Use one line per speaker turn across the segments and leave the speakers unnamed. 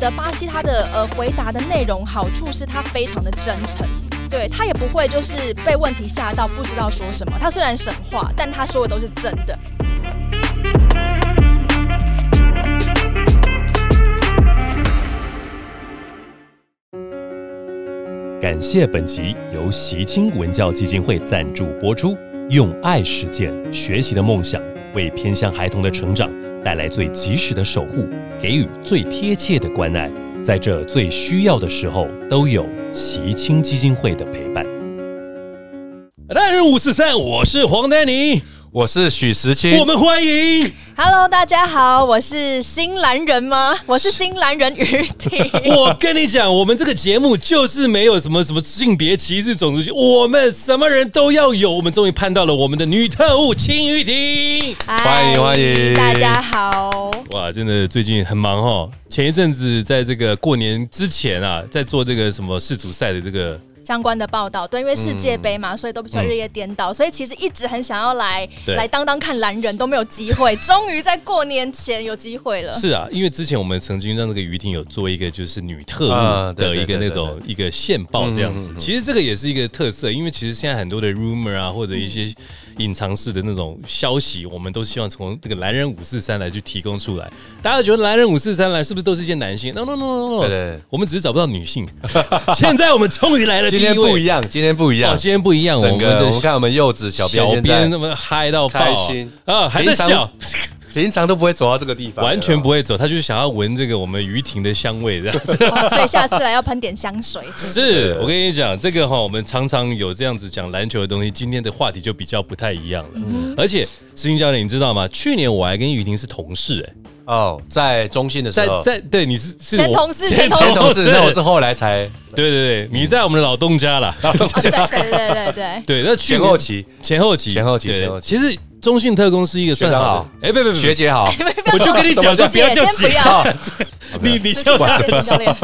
得巴西他的呃回答的内容好处是他非常的真诚，对他也不会就是被问题吓到不知道说什么。他虽然神话，但他说的都是真的。
感谢本集由习清文教基金会赞助播出，用爱实践学习的梦想，为偏向孩童的成长带来最及时的守护，给予最贴切的关爱，在这最需要的时候，都有习清基金会的陪伴。大人五四三，我是黄丹妮，
我是许时清，
我们欢迎
Hello，大家好，我是新兰人吗？我是新兰人 于婷。
我跟你讲，我们这个节目就是没有什么什么性别歧视、种族，我们什么人都要有。我们终于盼到了我们的女特务青玉婷。
欢迎欢迎
大家好。
哇，真的最近很忙哦。前一阵子在这个过年之前啊，在做这个什么世足赛的这个，
相关的报道，对，因为世界杯嘛，所以都比较日夜颠倒，所以其实一直很想要来
对
来当当看蓝人，都没有机会，终于在过年前有机会 了。
是啊，因为之前我们曾经让这个于婷有做一个就是女特
啊
务
对
的一个
对对嗯
那种一个线报这样子。其实这个也是一个特色，因为其实现在很多的 rumor 啊，或者一些
嗯
隐藏式的那种消息，我们都希望从这个男人五四三来去提供出来。大家觉得男人五四三来是不是都是一些男性？No No No No No，
对对对
我们只是找不到女 性。现在我们终于来呃了第
今
一位，
天不一样，今天不一样
哦，，今天不一样，我
整
们
个
的
我们看我们柚子小编
小
现
编那
在
么嗨到爆，
开心
啊，还在
平常
笑，
平常都不会走到这个地方，
完全不
会。
会走，他就是想要闻这个我们于婷的香味，这样 子。
哦所以下次来要喷点香水。是不是
是我跟你讲，这个哈，我们常常有这样子讲篮球的东西，今天的话题就比较不太一样了。
嗯
而且，石英教练，你知道吗？去年我还跟于婷是同事、哎，
哦，在中信的时
在
候，
在对你是是
前
我
同事
前
前同
同事，
哦前同事，那我是后来才
对对对，你在我们的老东家啦。
哦对对对对对，
对，那去
前
年
后期
前后期
前后期
对
前后期
其实中信特工是一个算
学长
好
好
的，哎，别别别，
学姐 好，
我就跟你讲说，不要
姐
叫
先
姐
不，要，
好，
你你
谢谢
叫他
教练谢谢教练，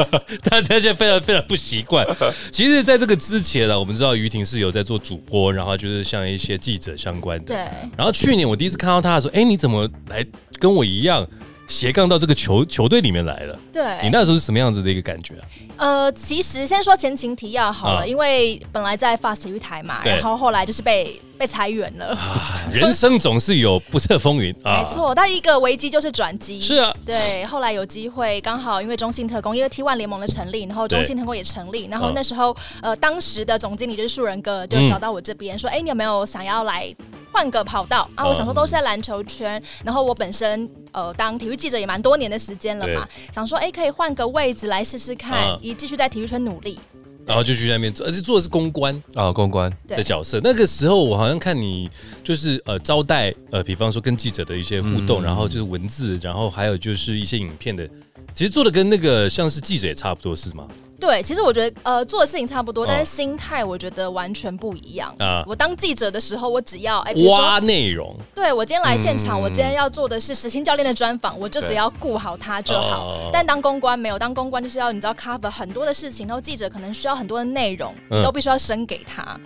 大家现在非常非常不习惯。其实，在这个之前啊呢，我们知道于婷是有在做主播，然后就是像一些记者相关的。
对。
然后去年我第一次看到他的时候，哎，你怎么来跟我一样斜杠到这个球球队里面来了？
对，
你那时候是什么样子的一个 感觉啊？
呃，其实先说前情提要好了，
啊
因为本来在 Fast 体育台嘛，
对
然后后来就是被被裁员了，
啊人生总是有不测风云
没，
啊，
错，但一个危机就是转机，
是啊，
对，后来有机会，刚好因为中信特工，因为 T One 联盟的成立，然后中信特工也成立，然后那时候、呃，当时的总经理就是树人哥，就
嗯
找到我这边、说，哎、你有没有想要来换个跑道啊？我想说都是在篮球圈，然后我本身呃当体育记者也蛮多年的时间了嘛，想说哎、可以换个位置来试试看
嗯，
以、继续在体育圈努力。
然后就去那边做，而且做的是公关。
哦，公关，
对
的角色。那个时候我好像看你就是呃招待呃，比方说跟记者的一些互
嗯
动，然后就是文字，然后还有就是一些影片的，其实做的跟那个像是记者也差不多是吗？
对，其实我觉得呃做的事情差不多，
哦
但是心态我觉得完全不一样。
啊
我当记者的时候，我只要哎，比如说
挖内容
对我今天来现场，我
嗯
今天要做的是实心教练的专访，我就只要顾好他就
哦
好。但当公关没有，当公关就是要你知道 cover 很多的事情，然后记者可能需要很多的内容，
嗯
你都必须要生给他。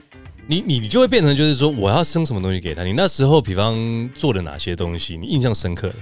你你你就会变成就是说我要生什么东西给他。你那时候比方做了哪些东西，你印象深刻的？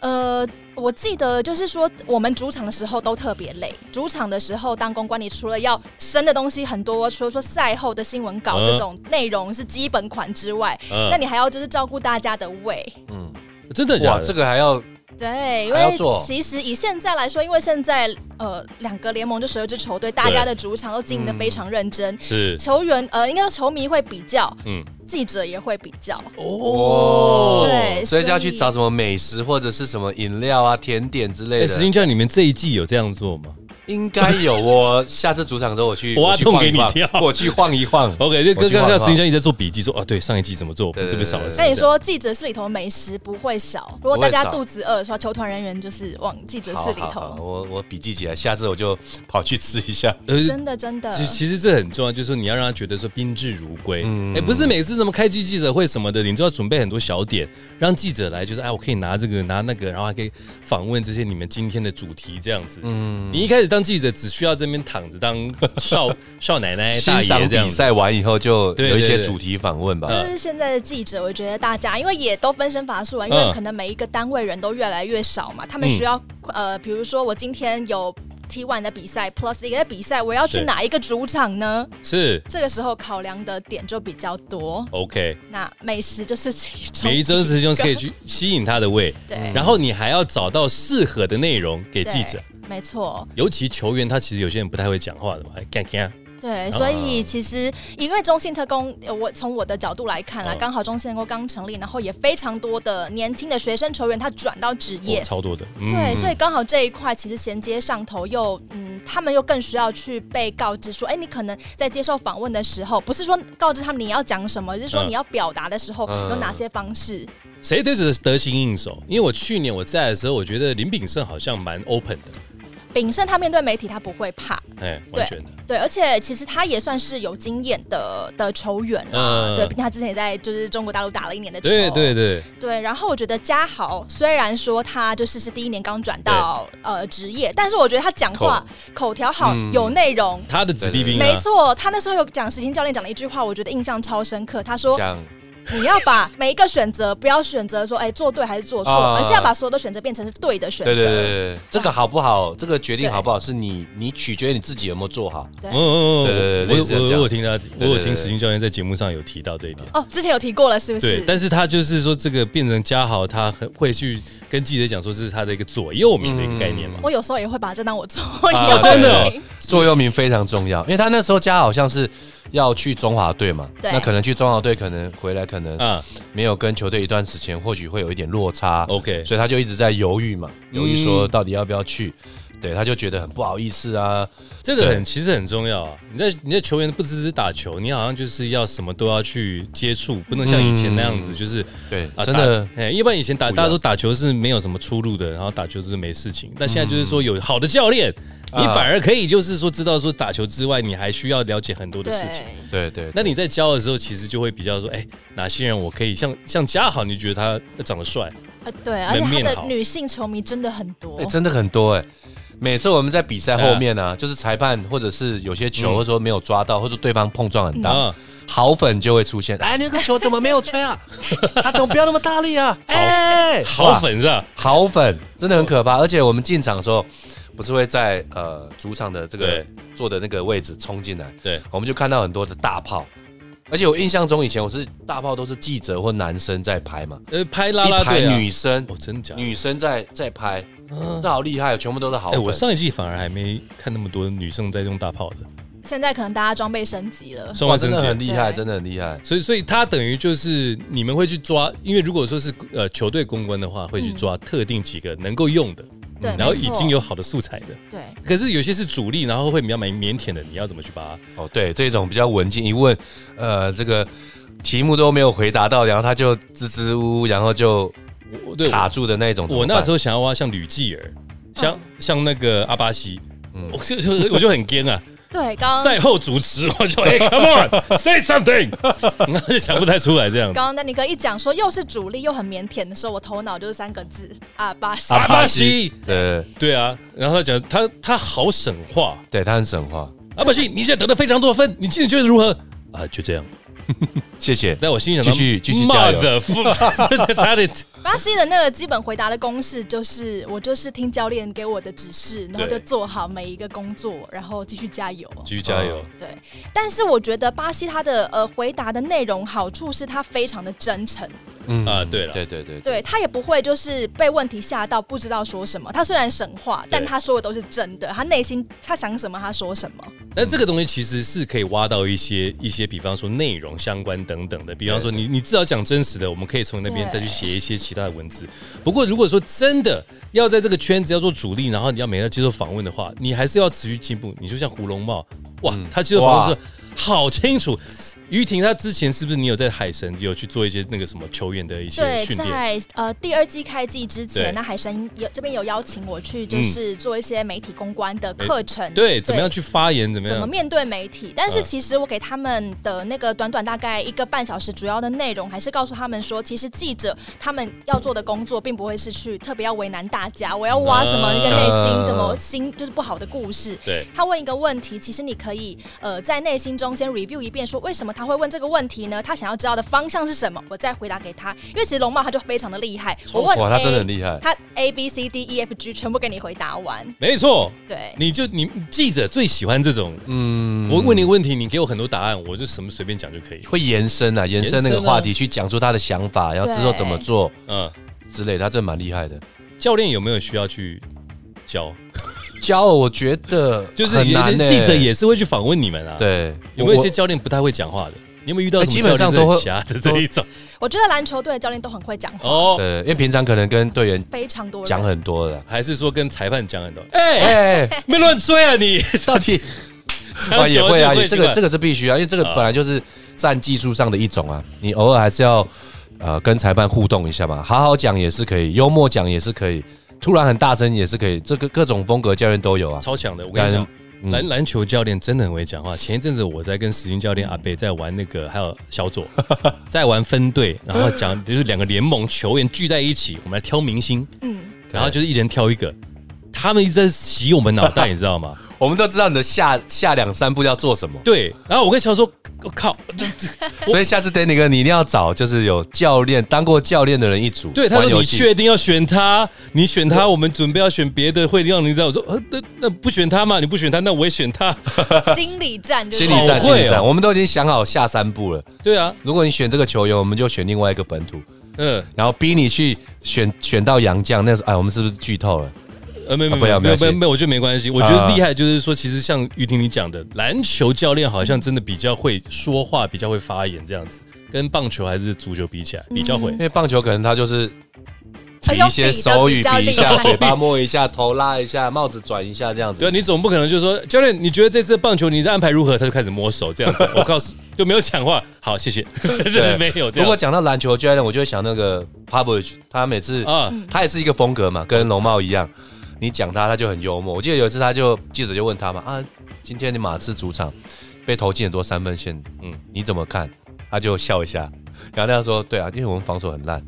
呃，我记得就是说，我们主场的时候都特别累。主场的时候当公关，你除了要生的东西很多，除了说赛后的新闻稿
嗯
这种内容是基本款之外，
嗯
那你还要就是照顾大家的胃。
嗯，
真的假
哇，
的？
这个还要
对，因
还要
为
做
其实以现在来说，因为现在呃两个联盟就十二支球队，大家的主场都经营的非常认真，
是
球员呃应该说球迷会比较，
嗯
记者也会比较，
哦。
对，
所以就要去找什么美食或者是什么饮料啊、甜点之类
哎，石金
的，
教练，你们这一季有这样做吗
应该有。 我下次主场之后，我去
我挖
去
洞
晃一
给你
晃
跳
我去晃 一晃。
？OK，就
我
跟
去晃
刚刚石
一晃
金教练在做笔记，说啊，对，上一季怎么做，我们
对
这边少了什么。
所以说，记者室里头的美食不会少。如果大家
不会少
肚子饿的时候，球团人员就是往记者室
好
里
好好，
头。
我我笔记起来，下次我就跑去吃一下。
呃
真的真的，
其其实这很重要，就是说你要让他觉得说宾至如归。哎、
嗯
不是每次什么开机记者会什么的，你就要准备很多小点，让记者来，就是哎，我可以拿这个拿那个，然后还可以访问这些你们今天的主题这样子。嗯，你一开始当记者只需要这边躺着当少 少奶奶、哎大
欣
爷
赏
这样
比
子。
赛完以后，就
对
有一
对嗯
些
对
主题访问
呃
吧。
就是现在的记者，我觉得大家因为也都分身乏术了，啊
嗯
因为可能每一个单位人都越来越少嘛，他们需要、呃，比如说我今天有。 T1 的比赛 Plus League 的比赛，我要去
是
哪一个主场呢？
是
这个时候考量的点就比较多。
OK，
那美食就是其中
每一周
一
时钟
个
可以去吸引他的胃，
嗯
对，
然后你还要找到适合的内容给
对
记者，
没错，
尤其球员他其实有些人不太会讲话的嘛，还干干哦啊
对，所以其实因为中信特工，呃我从我的角度来看啦，
嗯
刚好中信特工刚成立，然后也非常多的年轻的学生球员他转到职业
哦，，超多的，
对，所以
嗯
刚好这一块其实衔接上头又，嗯，他们又更需要去被告知说，哎，你可能在接受访问的时候，不是说告知他们你要讲什么，就是说
嗯
你要表达的时候
嗯
有哪些方式，
谁对着得心应手？因为我去年我在的时候，我觉得林炳胜好像蛮 open 的，
秉胜他面对媒体他不会怕，
哎，完全的，
对，而且其实他也算是有经验的的球员啊，
嗯
对，毕竟他之前也在就是中国大陆打了一年的球，
对对对，
对。然后我觉得嘉豪虽然说他就是是第一年刚转到呃职业，但是我觉得他讲话口条好，
嗯
有内容。
他的子弟兵
没
啊，
错，他那时候有讲石青教练讲了一句话，我觉得印象超深刻。他说
讲：“
你要把每一个选择，不要选择说哎做对还是做错，
啊
而是要把所有的选择变成是对的选择。
对对对对，对这个好不好？这个决定
对
好不好是你你取决于你自己有没有做好。
对
嗯嗯嗯，我
对对对类似这
我
样
我有听他，我
对
有
对
听
对
石英教练在节目上有提到这一点。
哦，之前有提过了，是不
对
是，？
但是他就是说，这个变成嘉豪，他很会去跟记者讲说，这是他的一个左右铭的一个概念嘛。
我有时候也会把这当我做一
啊
样
真的哦
事情
座右铭非常重要，因为他那时候家好像是要去中华队嘛，
对
那可能去中华队，可能回来
嗯
可能
啊
没有跟球队一段时间，或许会有一点落差。
，OK，
所以他就一直在犹豫嘛，犹豫说
哦嗯
到底要不要去。对，他就觉得很不好意思啊。
这个很
对
其实很重要啊。你在你在球员不只是打球，你好像就是要什么都要去接触，不能像以前那
嗯
样子，就是
对，
啊
真的，
打哎，要不然以前打
不一样嗯
大家说打球是没有什么出路的，然后打球就是没事情。但现在就是说有好的教练，你
啊
反而可以就是说知道说打球之外，你还需要了解很多的事情。
对，
对对
那你在教的时候，其实就会比较说，哎，哪些人我可以像像嘉豪，你觉得他长得帅，
呃对，而且
门
他
面
的
好
女性球迷真的很多
哎、。真的很多哎、每次我们在比赛后面呢、啊，就是裁判或者是有些球
嗯
或者说没有抓到，或者对方碰撞很大，
啊，
好粉就会出现。哎，那个球怎么没有 吹啊？他怎么不要那么大力啊？哎，
好
哇，
粉是吧？
好粉真的很可怕。而且我们进场的时候，不是会在呃主场的这个
对
坐的那个位置冲进来，
对，
我们就看到很多的大炮。而且我印象中以前我是大炮都是记者或男生在拍嘛，
呃，拍啦啦
一排
队啊，
女生，
哦，真的假的？
女生在在拍，
嗯
这好厉害，哦，全部都是好
哎、
粉。
我上一季反而还没看那么多女生在用大炮的，
现在可能大家装备升级了，
上
哇，
万
真
圣
的很
节。
厉害，
对
真的很厉害。
所以，所以他等于就是你们会去抓，因为如果说是呃球队公关的话，会去抓特定几个能够用的，
嗯对，
然后
没
已
错
经有好的素材的。
对
可是有些是主力，然后会比较蛮腼腆的，你要怎么去把它？
哦，对，这种比较文静，一问，呃，这个题目都没有回答到，然后他就支支吾吾，然后就
我我对
卡住的那种。
我那时
候，
候想要挖像吕继尔，像、
嗯
像那个阿巴西。
嗯
我就就我就很干啊！
对，刚刚
赛后主持，我就哎 come on，say something，然 后就想不太出来这样子。
刚刚丹尼哥一讲说又是主力又很腼腆的时候，我头脑就是三个字啊，巴西。
阿
啊
巴西，
对
对啊，然后他讲他他好省话，
对，他很神话，
阿巴西，啊你现在得了非常多分，你今天觉得如何？啊，就这样。
谢谢。
但我心里想到，
继续继续加油
Mother fuck，这这 差点。
巴西的那个基本回答的公式就是，我就是听教练给我的指示，然后就
对
做好每一个工作，然后继续加油。
继续加油。
对，但是我觉得巴西他的呃回答的内容好处是他非常的真诚，
嗯
啊对了
对对对
对他也不会就是被问题吓到不知道说什么。他虽然神话，但他说的都是真的，他内心他想什么他说什么。
但这个东西其实是可以挖到一些一些，比方说内容相关等等的。比方说你你至少讲真实的，我们可以从那边
对
再去写一些其他的文字。不过如果说真的要在这个圈子要做主力，然后你要每天接受访问的话，你还是要持续进步。你就像胡龙茂，哇，他接受访问之后好清楚。于婷她之前是不是你有在海神有去做一些那个什么球员的一些
对，
训练？
在呃第二季开季之
对
前，那海神有这边有邀请我去，就
嗯
是做一些媒体公关的课程，
对，怎么样去发言？怎么
怎么
样？
面对媒体？但是
嗯
其实我给他们的那个短短大概一个半小时主要的内容，还是告诉他们说，其实记者他们要做的工作，并不会是去特别要为难大家，我要挖什么一些内心
嗯
怎么心就是不好的故事。
对
他问一个问题，其实你可以呃在内心中中先 review 一遍，说为什么他会问这个问题呢？他想要知道的方向是什么？我再回答给他。因为其实龙猫他就非常的厉害，我问
哦
哎
哇，他真的很
A，
厉害。
他 A B C D E F G 全部给你回答完。
没错，
对，
你就你记者最喜欢这种，
嗯，
我问你问题，你给我很多答案，我就什么随便讲就可以。
会延伸啊，延伸那个
延伸啊
话题，去讲出他的想法，然后
啊
之后怎么做
嗯，
之类的，他真的蛮厉害的。
教练有没有需要去教？
教我觉得
就是
很
有
难
点
呢
记者也是会去访问你们啊。，
对，
有没有一些
我
教练不太会讲话的？你有没有遇到
哎
什
基
么
本
教
上
练
都
是
会
很瞎的这一种？
我觉得篮球队的教练都很会讲话，
哦，
对，因为平常可能跟队员
非常多人
讲很多的。
还是说跟裁判讲很多？哎，
哎，
别乱追啊你！
到底
讲
啊也
久
会啊，
就
也这个这
个
个是必须啊，因为这个
啊
本来就是占技术上的一种啊，你偶尔还是要呃跟裁判互动一下嘛，好好讲也是可以，幽默讲也是可以，突然很大声也是可以，这个各种风格教练都有啊。
超强的，我跟你讲。
嗯
篮篮球教练真的很会讲话。前一阵子我在跟石军教练阿贝在玩那个，还有小 左在玩分队，然后讲就是两个联盟球员聚在一起，我们来挑明星，
嗯，
然后就是一人挑一个。他们一直在洗我们脑袋，你知道吗？
我们都知道你的下下两三步要做什么，
对。然后我跟小左说：“我靠，这这
所以下次 Danny 哥你一定要找就是有教练当过教练的人一组，
对，他
玩
说
游
你
戏
确定要选他？你选他，我们准备要选别的，会让你知道。我说，呃，那那不选他嘛？你不选他，那我也选他。
心理战就是
心理战，
好
心
会
理战，
哦
我们都已经想好下三步了。
对啊，
如果你选这个球员，我们就选另外一个本土，
嗯，
然后逼你去选选到杨将。那时候，哎，我们是不是剧透了？
呃，没有
啊不
没
要啊
有没
没关
有
系
没有没有，我觉得没关系。我觉得厉害就是说，其实像于婷你讲的，篮球教练好像真的比较会说话，比较会发言这样子，跟棒球还是足球比起来，比较会
因。为棒球可能他就是
哎
比
用
一些
比的
手语，
比较
比一
厉
下，
害
嘴巴摸一下，头拉一下，帽子转一下，这样
对啊，
子。
你总不可能就说教练，你觉得这次棒球你的安排如何？他就开始摸手这样子，我告诉就没有讲话。好，谢 谢，真的没有这
如果
样
讲到篮球教练，我就会想那个 p a b l i c h 他每次
啊。
他也是一个风格嘛，跟龙茂一样。你讲他，他就很幽默。我记得有一次，他就记者就问他嘛，啊，今天你马刺主场被投进很多三分线，嗯
嗯，
你怎么看？他就笑一下，然后他就说，对啊，因为我们防守很烂，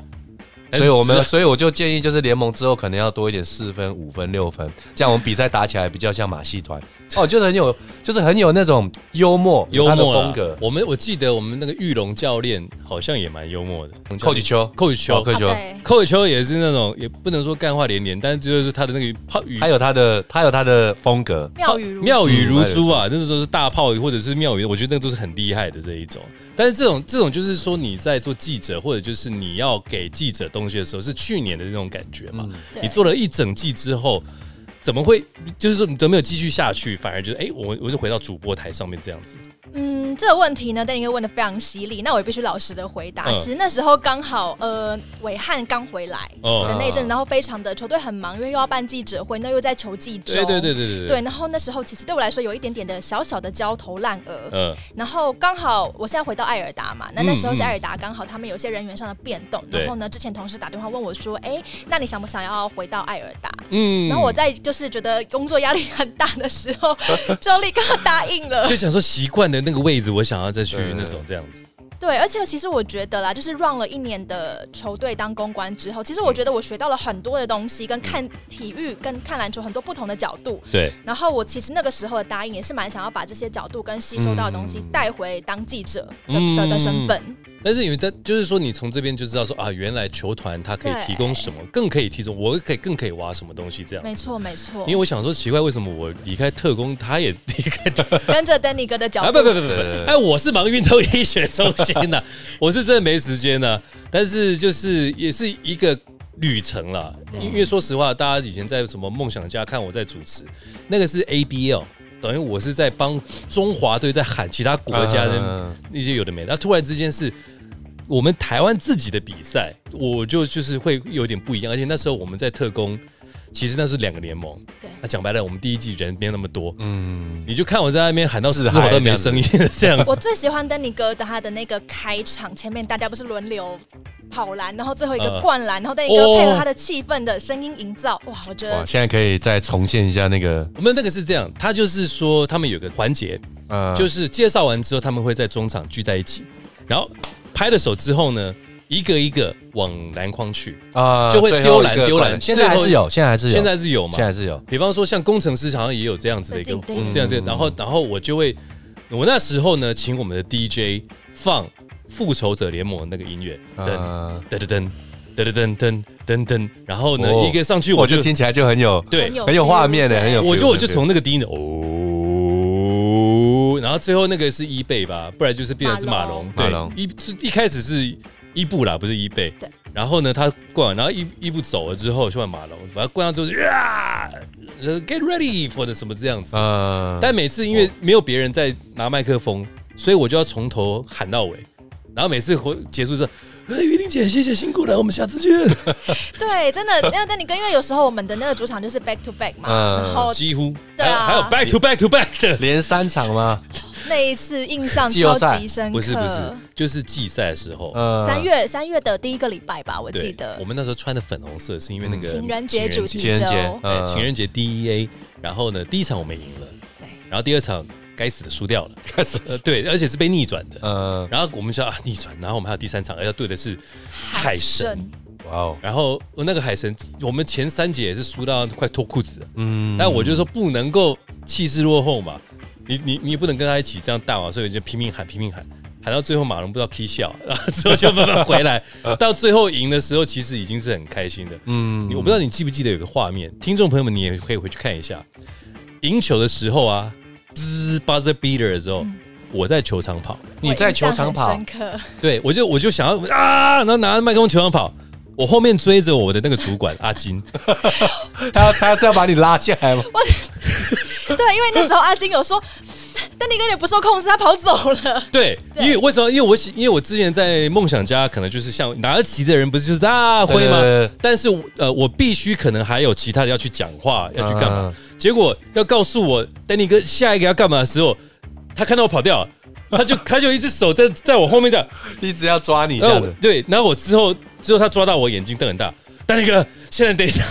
很
所以我们，
直啊
所以我就建议，就是联盟之后可能要多一点四分、五分、六分，这样我们比赛打起来比较像马戏团。哦，就是很有，就是很有那种幽默，有
幽
他的
默啦啊
风格。
我们我记得我们那个玉龙教练好像也蛮幽默的，
寇启秋，
寇宇秋，
哦
啊
球
对，
寇宇秋也是那种也不能说干话连连，但是就是他的那个炮语
他。有他的，他有他的风格。
妙语如
妙语哦如
妙语如
珠啊，那时候是大炮或者是妙语，我觉得那都是很厉害的这一种。但是这种这种就是说你在做记者，或者就是你要给记者东西的时候，是去年的那种感觉嘛？
嗯
对
你做了一整季之后，怎么会就是说你怎么没有继续下去，反而就是哎、我我就回到主播台上面这样子。
嗯，这个问题呢，丹尼哥问的非常犀利，那我也必须老实的回答。
嗯
其实那时候刚好，呃，伟汉刚回来
哦
的那一阵
啊
子，然后非常的球队很忙，因为又要办记者会，那又在球季中，
对对对对对
对。然后那时候其实对我来说有一点点的小小的焦头烂额，
嗯，
然后刚好我现在回到艾尔达嘛，那
嗯
那时候是艾尔达刚好他们有一些人员上的变动，
对
然后呢，之前同事打电话问我说，哎，那你想不想要回到艾尔达？
嗯
然后我在就是觉得工作压力很大的时 候，就立刻答应了。
就想说习惯的那个位置，我想要再去
对
那种这样子。
对，而且其实我觉得啦，就是 run 了一年的球队当公关之后，其实我觉得我学到了很多的东西，
嗯
跟看体育、跟看篮球很多不同的角度。
对，
然后我其实那个时候的答应也是蛮想要把这些角度跟吸收到的东西
嗯
带回当记者的、
嗯
的的身份。
但是因为在就是说，你从这边就知道说啊，原来球团它可以
对
提供什么，更可以提供，我可以更可以挖什么东西这样。
没错，没错
因为，我想说奇怪，为什么我离开特工，他也离 开特
跟着 Danny 哥的角
啊
度，
不不不不
对对对
不，哎，我是忙运动医学中心呐、啊 我是真的没时间呐、但是就是也是一个旅程啦，
对
因为说实话，大家以前在什么梦想家看我在主持，那个是 ABL。等于我是在帮中华队在喊其他国家的
嗯
那些有的没的，那突然之间是我们台湾自己的比赛，我就就是会有点不一样。而且那时候我们在特工，其实那是两个联盟。
对
那讲白了，我们第一季人没有那么多，
嗯，
你就看我在那边喊到
自
死
嗨
我都没声音 这样子。
我最喜欢丹尼哥的他的那个开场，前面大家不是轮流跑篮，然后最后一个
嗯
灌篮，然后丹尼哥配合
哦
他的气氛的声音营造，哇，我觉
哇，
得
现在可以再重现一下那个，
我们那个是这样，他就是说他们有个环节，
呃，
就是是介绍完之后，他们会在中场聚在一起，然后拍了手之后呢，一个一个往篮筐去。
啊
就会丢篮丢篮
现在还是有，现在还是有，啊
现在是有嘛
现？在还是有，
比方说像工程师好像也有这样子的一个
嗯
最近对
这样这样，然后然后我就会。我那时候呢，请我们的 DJ 放《复仇者联盟》那个音乐，噔
呃，
噔噔噔噔噔噔噔噔，然后呢，
哦
一个上去
我
我
就
就
听起来就很有
对
很，有
很有画面的，很有 feel 的。
我就我就
对
从那个低音的哦，然后最后那个是伊贝吧，不然就是变成是马龙，
马
对
龙，
一一开始是伊布啦，不是伊贝
对，
然后呢他灌完，然后伊伊布走了之后就换马龙，把他灌到之后就啊呃，get ready for 的什么这样子，
呃，
但每次因为没有别人在拿麦克风，所以我就要从头喊到尾，然后每次回结束之后，呃，于玲姐谢谢辛苦了，我们下次见，
对，真的，那那你跟因为有时候我们的那个主场就是 back to back 嘛，
嗯
然后
几乎，
对啊
还有还有 back to back to back 的，
连三场吗？
那一次印象
季后
超
赛
级深刻。
不是不是，就是季赛的时候。
呃，
三月三月的第一个礼拜吧，我记
对，
得嗯
我们那时候穿的粉红色，是因为那个
情人节主题
情人节
周，
哎
呃
情人节 DEA。然后呢，第一场我们赢了
对，
然后第二场该死的输掉了，
开始
呃，对，而且是被逆转的。
呃，
然后我们就啊逆转，然后我们还有第三场，要对的是海神。
哇哦，
然后呃那个海神，我们前三节也是输到快脱裤子了，
嗯，
但我就说不能够气势落后嘛，你你你也不能跟他一起这样大嘛，所以我就拼命喊拼命喊，喊到最后马龙不知道 K 笑， 然后之后就慢慢回 来，到最后赢的时候其实已经是很开心的。
嗯
你我不知道你记不记得有个画面，听众朋友们你也可以回去看一下，赢球的时候啊，滋 buzzer beater 的时候，我在球场跑，
你在球场
我
跑
印象很深，刻，
对我就我就想要啊，然后拿着麦克风球场跑。我后面追着我的那个主管阿金，
他他是要把你拉进来 吗？
对，因为那时候阿金有说，但你哥也不受控制，他跑走了。
对，
对
因为为什么？因为我喜因为我之前在梦想家，可能就是像拿得旗的人，不是就是啊挥
对
吗
对对？
但是我呃，我必须可能还有其他的要去讲话，要去干嘛？
嗯
结果要告诉我丹尼哥下一个要干嘛的时候，他看到我跑掉了，他就 他就一只手在在我后面这样，
一直要抓你这
然
样
后哎我
子，
对，然后我之后之后他抓到我眼睛瞪很大，丹尼哥现在等 一下，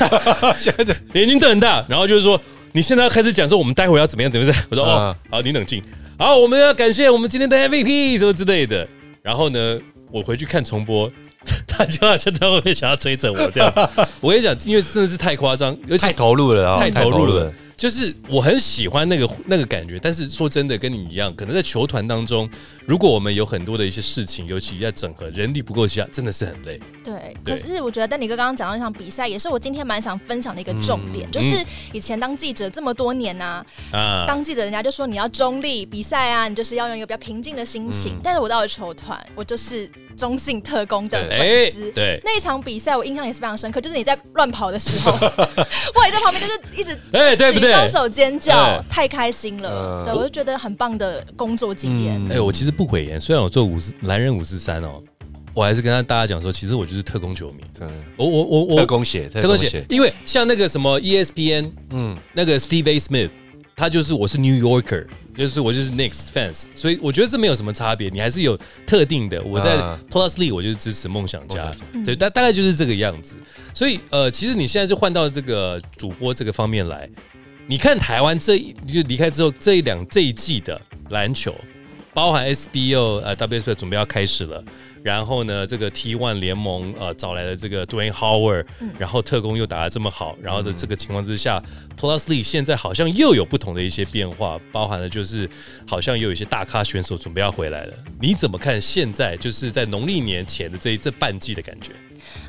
现在
眼睛瞪很大，然后就是说你现在要开始讲说我们待会儿要怎么样怎么样，我说
啊
哦，好，你冷静，好，我们要感谢我们今天的 MVP 什么之类的，然后呢，我回去看重播。 他就好像在后面想要追着我这 样，我跟你讲，因为真的是太夸张，而且
太投入了啊，
太投入了。就是我很喜欢那个那个感觉，但是说真的，跟你一样，可能在球团当中，如果我们有很多的一些事情，尤其要整合人力不够下，真的是很累。
对，
对
可是我觉得丹尼哥刚刚讲到那场比赛，也是我今天蛮想分享的一个重点，
嗯
就是以前当记者这么多年呐、
啊，
当记者人家就说你要中立，比赛啊，你就是要用一个比较平静的心情。
嗯
但是我到了球团，我就是中性特工的粉丝。
对，
那一场比赛我印象也是非常深刻，就是你在乱跑的时候， 我也在旁边，就是一直
哎，对不
举
对？
双手尖叫
对，
太开心了。
嗯
对我就觉得很棒的工作经验。
嗯
哎，我其实不讳言，虽然我做五十男人五十三哦，我还是跟他大家讲说，其实我就是特工球迷。
嗯
我我我
特
我
工血，特
特工
工
鞋
血，，
因为像那个什么 E ESPN
嗯，
那个 Steve A. Smith，他就是我是 New Yorker，就是我就是 Knicks fans，所以我觉得这没有什么差别，你还是有特定的。我在
啊
Plusly 我就是支持梦想家
梦，
对，大大概就是这个样子。所以呃，其实你现在就换到这个主播这个方面来，你看台湾这一就离开之后这一两这一季的篮球，包含 SBO 呃 WSB 准备要开始了。然后呢，这个 T1 联盟呃找来了这个 Dwayne Howard，、
嗯
然后特工又打得这么好，然后的这个情况之下、p l u s l e 现在好像又有不同的一些变化，包含了就是好像又有一些大咖选手准备要回来了。你怎么看现在就是在农历年前的这一这半季的感觉？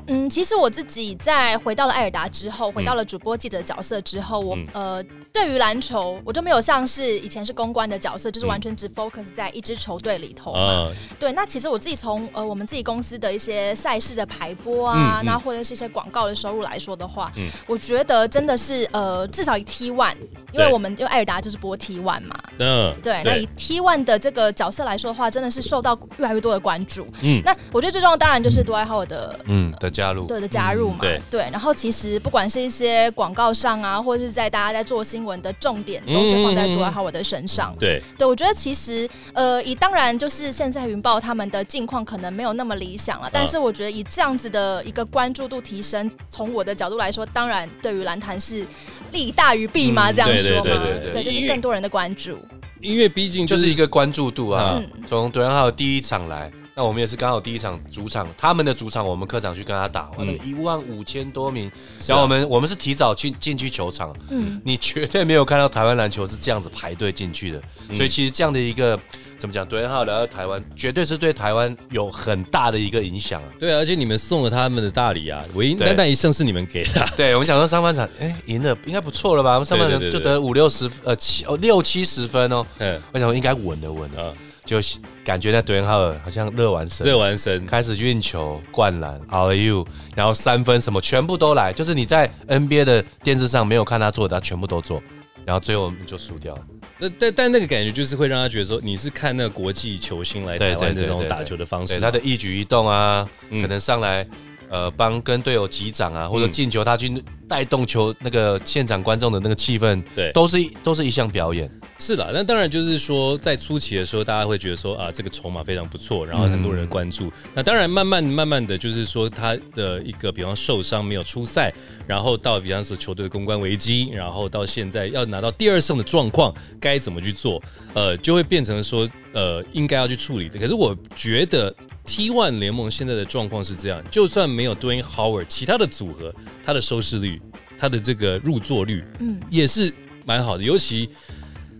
嗯，其实我自己在回到了艾尔达之后，回到了主播记者角色之后，我、
嗯
呃，对于篮球，我就没有像是以前是公关的角色，
嗯
就是完全只 focus 在一支球队里头嘛。
啊、
对，那其实我自己从呃我们自己公司的一些赛事的排播啊，
嗯嗯嗯
那或者是一些广告的收入来说的话，我觉得真的是呃至少以 T one，因为
对
我们就艾尔达就是播 T one 嘛，
嗯，
对，那以 T one 的这个角色来说的话，真的是受到越来越多的关注。
嗯
那我觉得最重要的当然就是独爱好的
嗯的加入，
对的加入嘛，
嗯对
然后其实不管是一些广告上啊，或者是在大家在做新闻的重点，都是放在
嗯
杜兰哈我的身上。
对，
对，我觉得其实呃，以当然就是现在云豹他们的近况可能没有那么理想了，
嗯
但是我觉得以这样子的一个关注度提升，从我的角度来说，当然对于篮坛是利大于弊嘛，这样
嗯对对
说嘛，
对对对
对，就
因为
是更多人的关注。
因为毕竟
就
就是是
一个关注度啊
嗯。
从德兰号第一场来，那我们也是刚好第一场主场，他们的主场，我们客场去跟他打，
嗯
完了一万五千多名，
啊
然后我们我们是提早去进去球场，
嗯，
你绝对没有看到台湾篮球是这样子排队进去的，
嗯
所以其实这样的一个怎么讲，对浩聊到台湾，绝对是对台湾有很大的一个影响啊。
对啊，而且你们送了他们的大礼啊，唯一
对
单单一胜是你们给的啊，
对，我们想说上半场，哎，赢了应该不错了吧？我们上半场
对对
就
对对
得五六十，呃，七哦六七十分哦。
嗯
我想说应该稳了稳了，
啊，
就感觉那德元浩尔好像热完神，
热完身，
开始运球、灌篮、R U，然后三分什么全部都来，就是你在 NBA 的电视上没有看他做的，他全部都做，然后最后我们就输掉了。
那但但那个感觉就是会让他觉得说，你是看那个国际球星来台湾的那种打球的方式
对
嘛，
他的一举一动啊，
哦嗯
可能上来呃帮跟队友击掌啊，或者
嗯
进球他去带动球那个现场观众的那个气氛，
对
都是一都是一项表演。
是啦，那当然就是说，在初期的时候，大家会觉得说啊，这个筹码非常不错，然后很
嗯
多人关注。那当然，慢慢慢慢的就是说，他的一个比方受伤没有出赛，然后到比方说球队的公关危机，然后到现在要拿到第二胜的状况，该怎么去做？呃，就会变成说，呃，应该要去处理的。可是我觉得 T One 联盟现在的状况是这样，就算没有 Dwayne Howard，其他的组合，他的收视率，他的这个入座率，
嗯，
也是蛮好的，尤其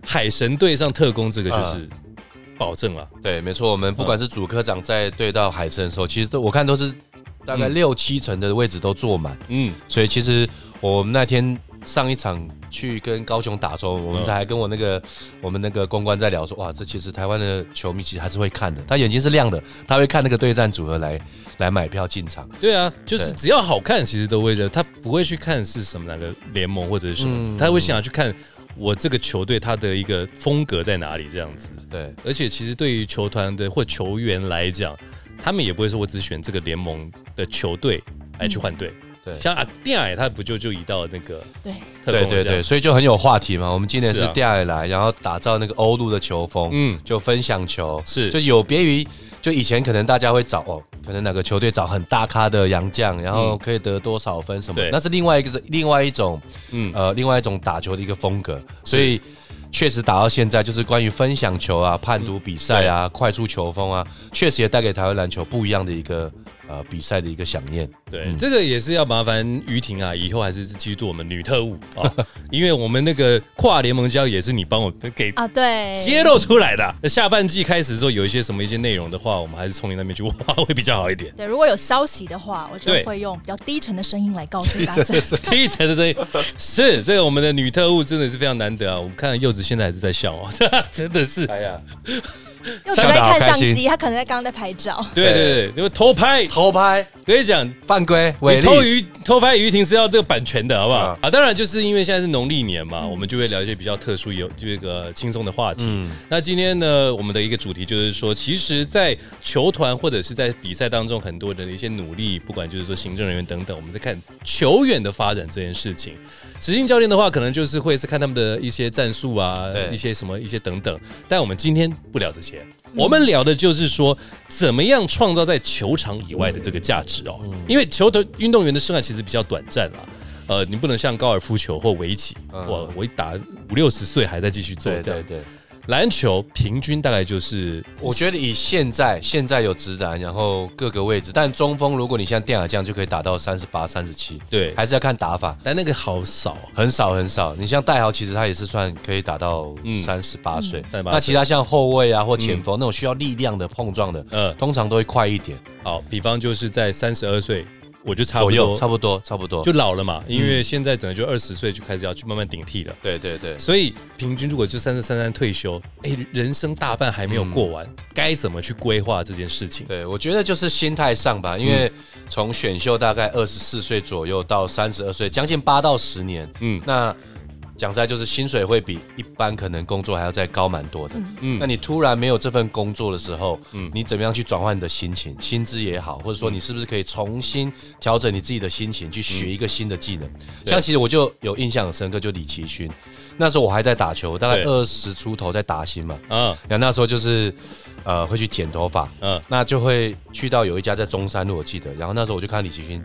海神队上特工这个就是保证了。
对，没错，我们不管是主科长在对到海参的时候，其实都我看都是大概六七成的位置都坐满。
嗯，
所以其实我们那天上一场去跟高雄打的时候，我们
嗯
才还跟我那个、我们那个公关在聊说，哇，这其实台湾的球迷其实还是会看的，他眼睛是亮的，他会看那个对战组合来来买票进场。
对啊，就是
对
只要好看，其实都会的。他不会去看是什么哪个联盟或者是什么，
嗯
他会想要去看我这个球队他的一个风格在哪里这样子。
对，
而且其实对于球团的或球员来讲，他们也不会说我只选这个联盟的球队来去换队。
嗯对
像阿迪亚他不就就移到那个
对，
特
对
工
对
这样
对，，所以就很有话题嘛。我们今年
是
是
啊
第二来，然后打造那个欧陆的球风，
嗯，
就分享球
是
就有别于就以前可能大家会找哦，可能哪个球队找很大咖的洋将，然后
嗯
可以得多少分什么，
对
那是另外一个另外一种
嗯
呃另外一种打球的一个风格，
是
所以。确实打到现在，就是关于分享球啊、判读比赛
嗯
啊、快速球风啊，确实也带给台湾篮球不一样的一个呃比赛的一个响应。
对，
嗯
这个也是要麻烦于婷啊，以后还是继续做我们女特务啊、 因为我们那个跨联盟交易也是你帮我给
啊，对，
揭露出来的。那下半季开始之后，有一些什么一些内容的话，我们还是从你那边去挖会比较好一点。
对，如果有消息的话，我就
对
会用比较低沉的声音来告诉 大家。
第一层的对，是这个我们的女特务真的是非常难得啊！我们看柚子现在还是在笑哦，真的是，
哎呀，
又
笑
在
得好
看
开
相
心
机，他可能在刚刚在拍照。
对对对，因为偷拍，
偷拍、
跟你讲，
犯规、
你
违
偷
例，
鱼偷拍鱼亭是要这个版权的，好不好
啊？嗯
啊，当然就是因为现在是农历年嘛，我们就会聊一些比较特殊、有这个轻松的话题。那今天呢，我们的一个主题就是说，其实，在球团或者是在比赛当中，很多人的一些努力，不管就是说行政人员等等，我们在看球员的发展这件事情。执行教练的话，可能就是会是看他们的一些战术啊，
对
一些什么一些等等。但我们今天不聊这些，我
嗯
们聊的就是说，怎么样创造在球场以外的这个价值哦。
嗯
因为球的运动员的生涯其实比较短暂啦，呃，你不能像高尔夫球或围棋，
嗯
我我一打五六十岁还在继续做
对
这样
对。对。
篮球平均大概就是，
我觉得以现在现在有直男，然后各个位置，但中锋如果你像电脑这样就可以打到三十八、三十七，
对，
还是要看打法，
但那个好少啊，
很少很少。你像戴豪，其实他也是算可以打到
嗯
三十八岁，
38
那其他像后卫啊或前锋、那种需要力量的碰撞的，
嗯
通常都会快一点
好，哦比方就是在三十二岁，我就差不
左右，
多
差不多嗯差不多。
就老了嘛，因为现在可能就二十岁就开始要去慢慢顶替了。
对对对，
所以平均如果就三十三三退休，哎、人生大半还没有过完，该、怎么去规划这件事情？
嗯对，我觉得就是心态上吧，因为从选秀大概二十四岁左右到三十二岁，将近八到十年，
嗯
嗯，那讲实在就是薪水会比一般可能工作还要再高蛮多的，
嗯
嗯，那你突然没有这份工作的时候，嗯，你怎么样去转换你的心情，薪资也好，或者说你是不是可以重新调整你自己的心情，去学一个新的技能？像其实我就有印象很深刻，就李奇勋，那时候我还在打球，大概
对
二十出头在打新嘛，
嗯
然后那时候就是呃会去剪头发，
嗯，
那就会去到有一家在中山路，我记得。然后那时候我就看李奇勋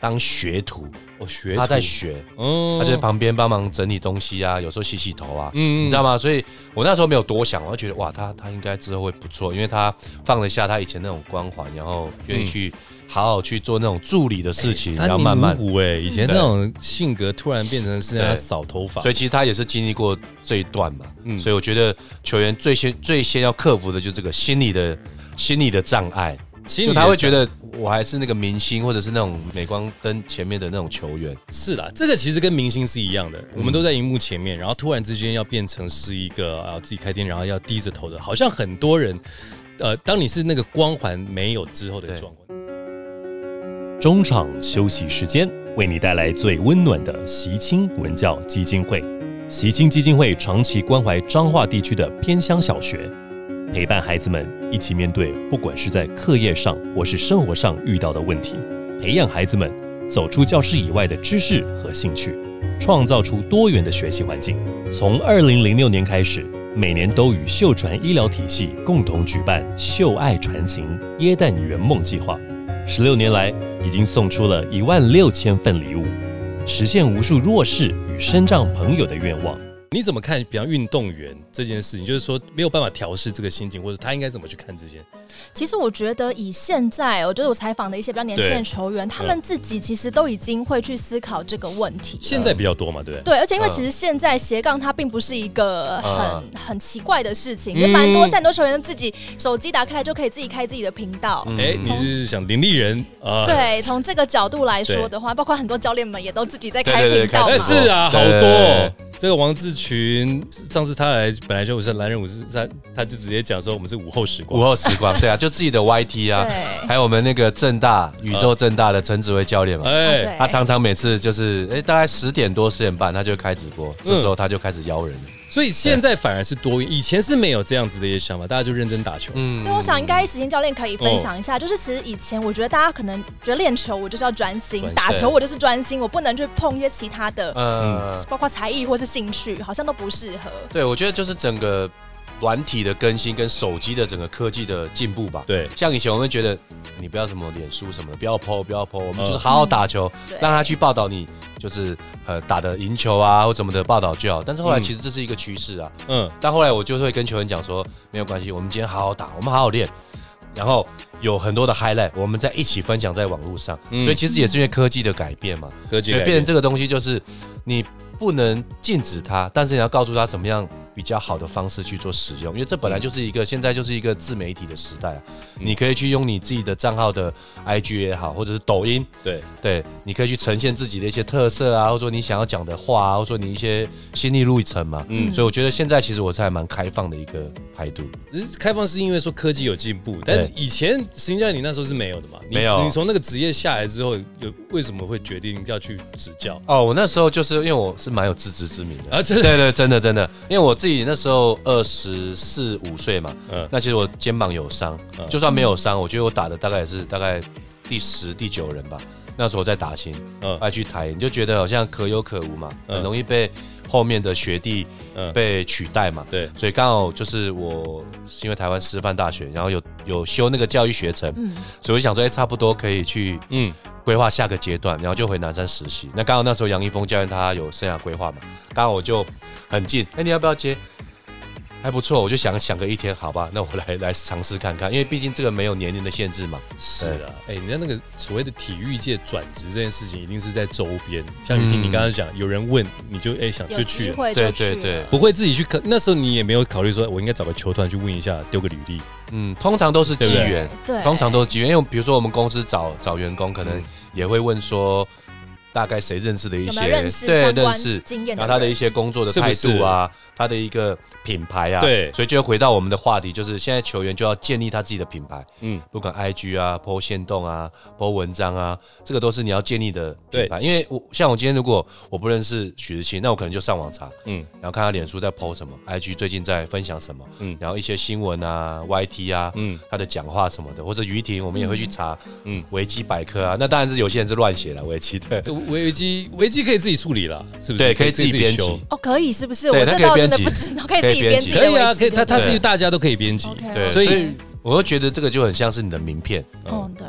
当学徒，
哦，学
他在
学，
学，
哦
他就在旁边帮忙整理东西啊，有时候洗洗头啊，
嗯
你知道吗？所以我那时候没有多想，我就觉得哇，他他应该之后会不错，因为他放得下他以前那种光环，然后愿意去好好去做那种助理的事情，
三
然后
年
慢慢。
如虎哎，以前那种性格突然变成是
对
他扫头发，
所以其实他也是经历过这一段嘛，
啊嗯
所以我觉得球员最先最先要克服的就是这个心理的心理的障碍，
心里也
就他会
是
觉得我还是那个明星或者是那种镁光灯前面的那种球员，
是啦，这个其实跟明星是一样的，我们都在荧幕前面，然后突然之间要变成是一个啊自己开店，然后要低着头的，好像很多人，呃，当你是那个光环没有之后的
对
状况。
中场休息时间，为你带来最温暖的习青文教基金会。习青基金会长期关怀彰化地区的偏乡小学，陪伴孩子们一起面对不管是在课业上或是生活上遇到的问题，培养孩子们走出教室以外的知识和兴趣，创造出多元的学习环境。从二零零六年开始，每年都与秀传医疗体系共同举办“秀爱传情耶诞圆梦计划”。十六年来，已经送出了一万六千份礼物，实现无数弱势与身障朋友的愿望。
你怎么看，比方运动员这件事情，就是说没有办法调试这个心情，或者他应该怎么去看这件？
其实我觉得以现在，哦我觉得我采访的一些比较年轻
对
的球员，他们自己其实都已经会去思考这个问题了。
现在比较多嘛，对不对？
对，而且因为
嗯
其实现在斜杠它并不是一个很、
嗯
很奇怪的事情，
嗯
也蛮多现在很多球员自己手机打开来就可以自己开自己的频道。
嗯
哎、你是想林立人啊？
对，从这个角度来说
对
的话，包括很多教练们也都自己在
对
开
对对
频道嘛。
开
哎，
直播
是啊，好
对
多、哦。这个王志群上次他来，本来就我是男人五十三，他就直接讲说我们是午后时光
午。后时光，对啊，就自己的 YT 啊，
对
还有我们那个正大宇宙正大的陈子威教练嘛，
哎、
对
他常常每次就是哎、大概十点多十点半他就开直播，这时候他就开始邀人了，
所以现在反而是多元，以前是没有这样子的一些想法，大家就认真打球。
嗯
对，我想应该时间教练可以分享一下，就是其实以前我觉得大家可能觉得练球我就是要专心
专，心
打球我就是专心，我不能去碰一些其他的，
呃，
包括才艺或是兴趣，好像都不适合。
对我觉得就是整个软体的更新跟手机的整个科技的进步吧。
对，
像以前我们觉得你不要什么脸书什么的，不要 PO 不要 PO，我们
嗯
就是好好打球，
对
让他去报道你就是呃打的赢球啊或怎么的报道就好。但是后来
嗯
其实这是一个趋势啊，
嗯，
但后来我就会跟球员讲说，没有关系，我们今天好好打，我们好好练，然后有很多的 highlight，我们再一起分享在网络上。
嗯
所以其实也是因为科技的改变嘛，
科技
所以
改
变
变
成这个东西就是你不能禁止它，但是你要告诉他怎么样比较好的方式去做使用，因为这本来就是一个现在就是一个自媒体的时代啊，
嗯
你可以去用你自己的账号的 IG 也好，或者是抖音，
对，
对，你可以去呈现自己的一些特色啊，或者说你想要讲的话啊，或者说你一些心理路程嘛。
嗯
嗯，
所以我觉得现在其实我是还蛮开放的一个态度，
只是开放是因为说科技有进步，但
对
以前实际上你那时候是没有的嘛，你
没有
你从那个职业下来之后，有为什么会决定要去执教？
哦，我那时候就是因为我是蛮有自知之明的
啊真的
对对，真的真的，因为我自己那时候二十四五岁嘛，
嗯，
那其实我肩膀有伤，
嗯
就算没有伤，我觉得我打的大概也是大概第十、第九人吧。那时候我在打新，
嗯
爱去抬，你就觉得好像可有可无嘛，
嗯
很容易被后面的学弟
嗯
被取代嘛。
对，
所以刚好就是我是因为台湾师范大学，然后有有修那个教育学程，
嗯，
所以我想说，哎、差不多可以去
嗯，
规划下个阶段，然后就回南山实习。那刚好那时候杨一峰教练他有生涯规划嘛，刚好我就很近，哎、你要不要接？还不错，我就想想个一天，好吧，那我来来尝试看看，因为毕竟这个没有年龄的限制嘛。
是啊，哎，人家那个所谓的体育界转职这件事情，一定是在周边，像雨婷
嗯
你刚刚讲，有人问你就哎想
有
就去
机
了。
会就
对
去
对
了
对，
不会自己去考，那时候你也没有考虑说，我应该找个球团去问一下，丢个履历。
嗯，通常都是机
对不
缘，
对，嗯
通常都是机缘，因为比如说我们公司找找员工，可能也会问说大概谁认识的一
有
些
没有认识
对
相
认
关
识，
经验
然
的
后他的
人
一些工作的
是不
态
是
度啊，他的一个品牌啊，
对
所以就会回到我们的话题，就是现在球员就要建立他自己的品牌，
嗯，
不管 IG 啊、po 线动啊、po 文章啊，这个都是你要建立的
对
品牌。因为我像我今天如果我不认识许志清，那我可能就上网查，
嗯
嗯，然后看他脸书在 po 什么，IG 最近在分享什么，
嗯
嗯，然后一些新闻啊、YT 啊，
嗯
嗯，他的讲话什么的，或者于婷，我们也会去查，
嗯
嗯，维基百科啊，那当然是有些人是乱写了维基的，
对危机危机可以自己处理了，是不是？
对可以自己编辑
修
哦，可以是不是？
对
我
它
这
可以
倒真的
编辑
不知道，可以
可以
自己
编
编
辑
自己
可
的
以啊，
位置
可以，它它是
对
大家都可以编辑。
OK
对，
所
所
以
以我会觉得这个就很像是你的名片，
嗯，对，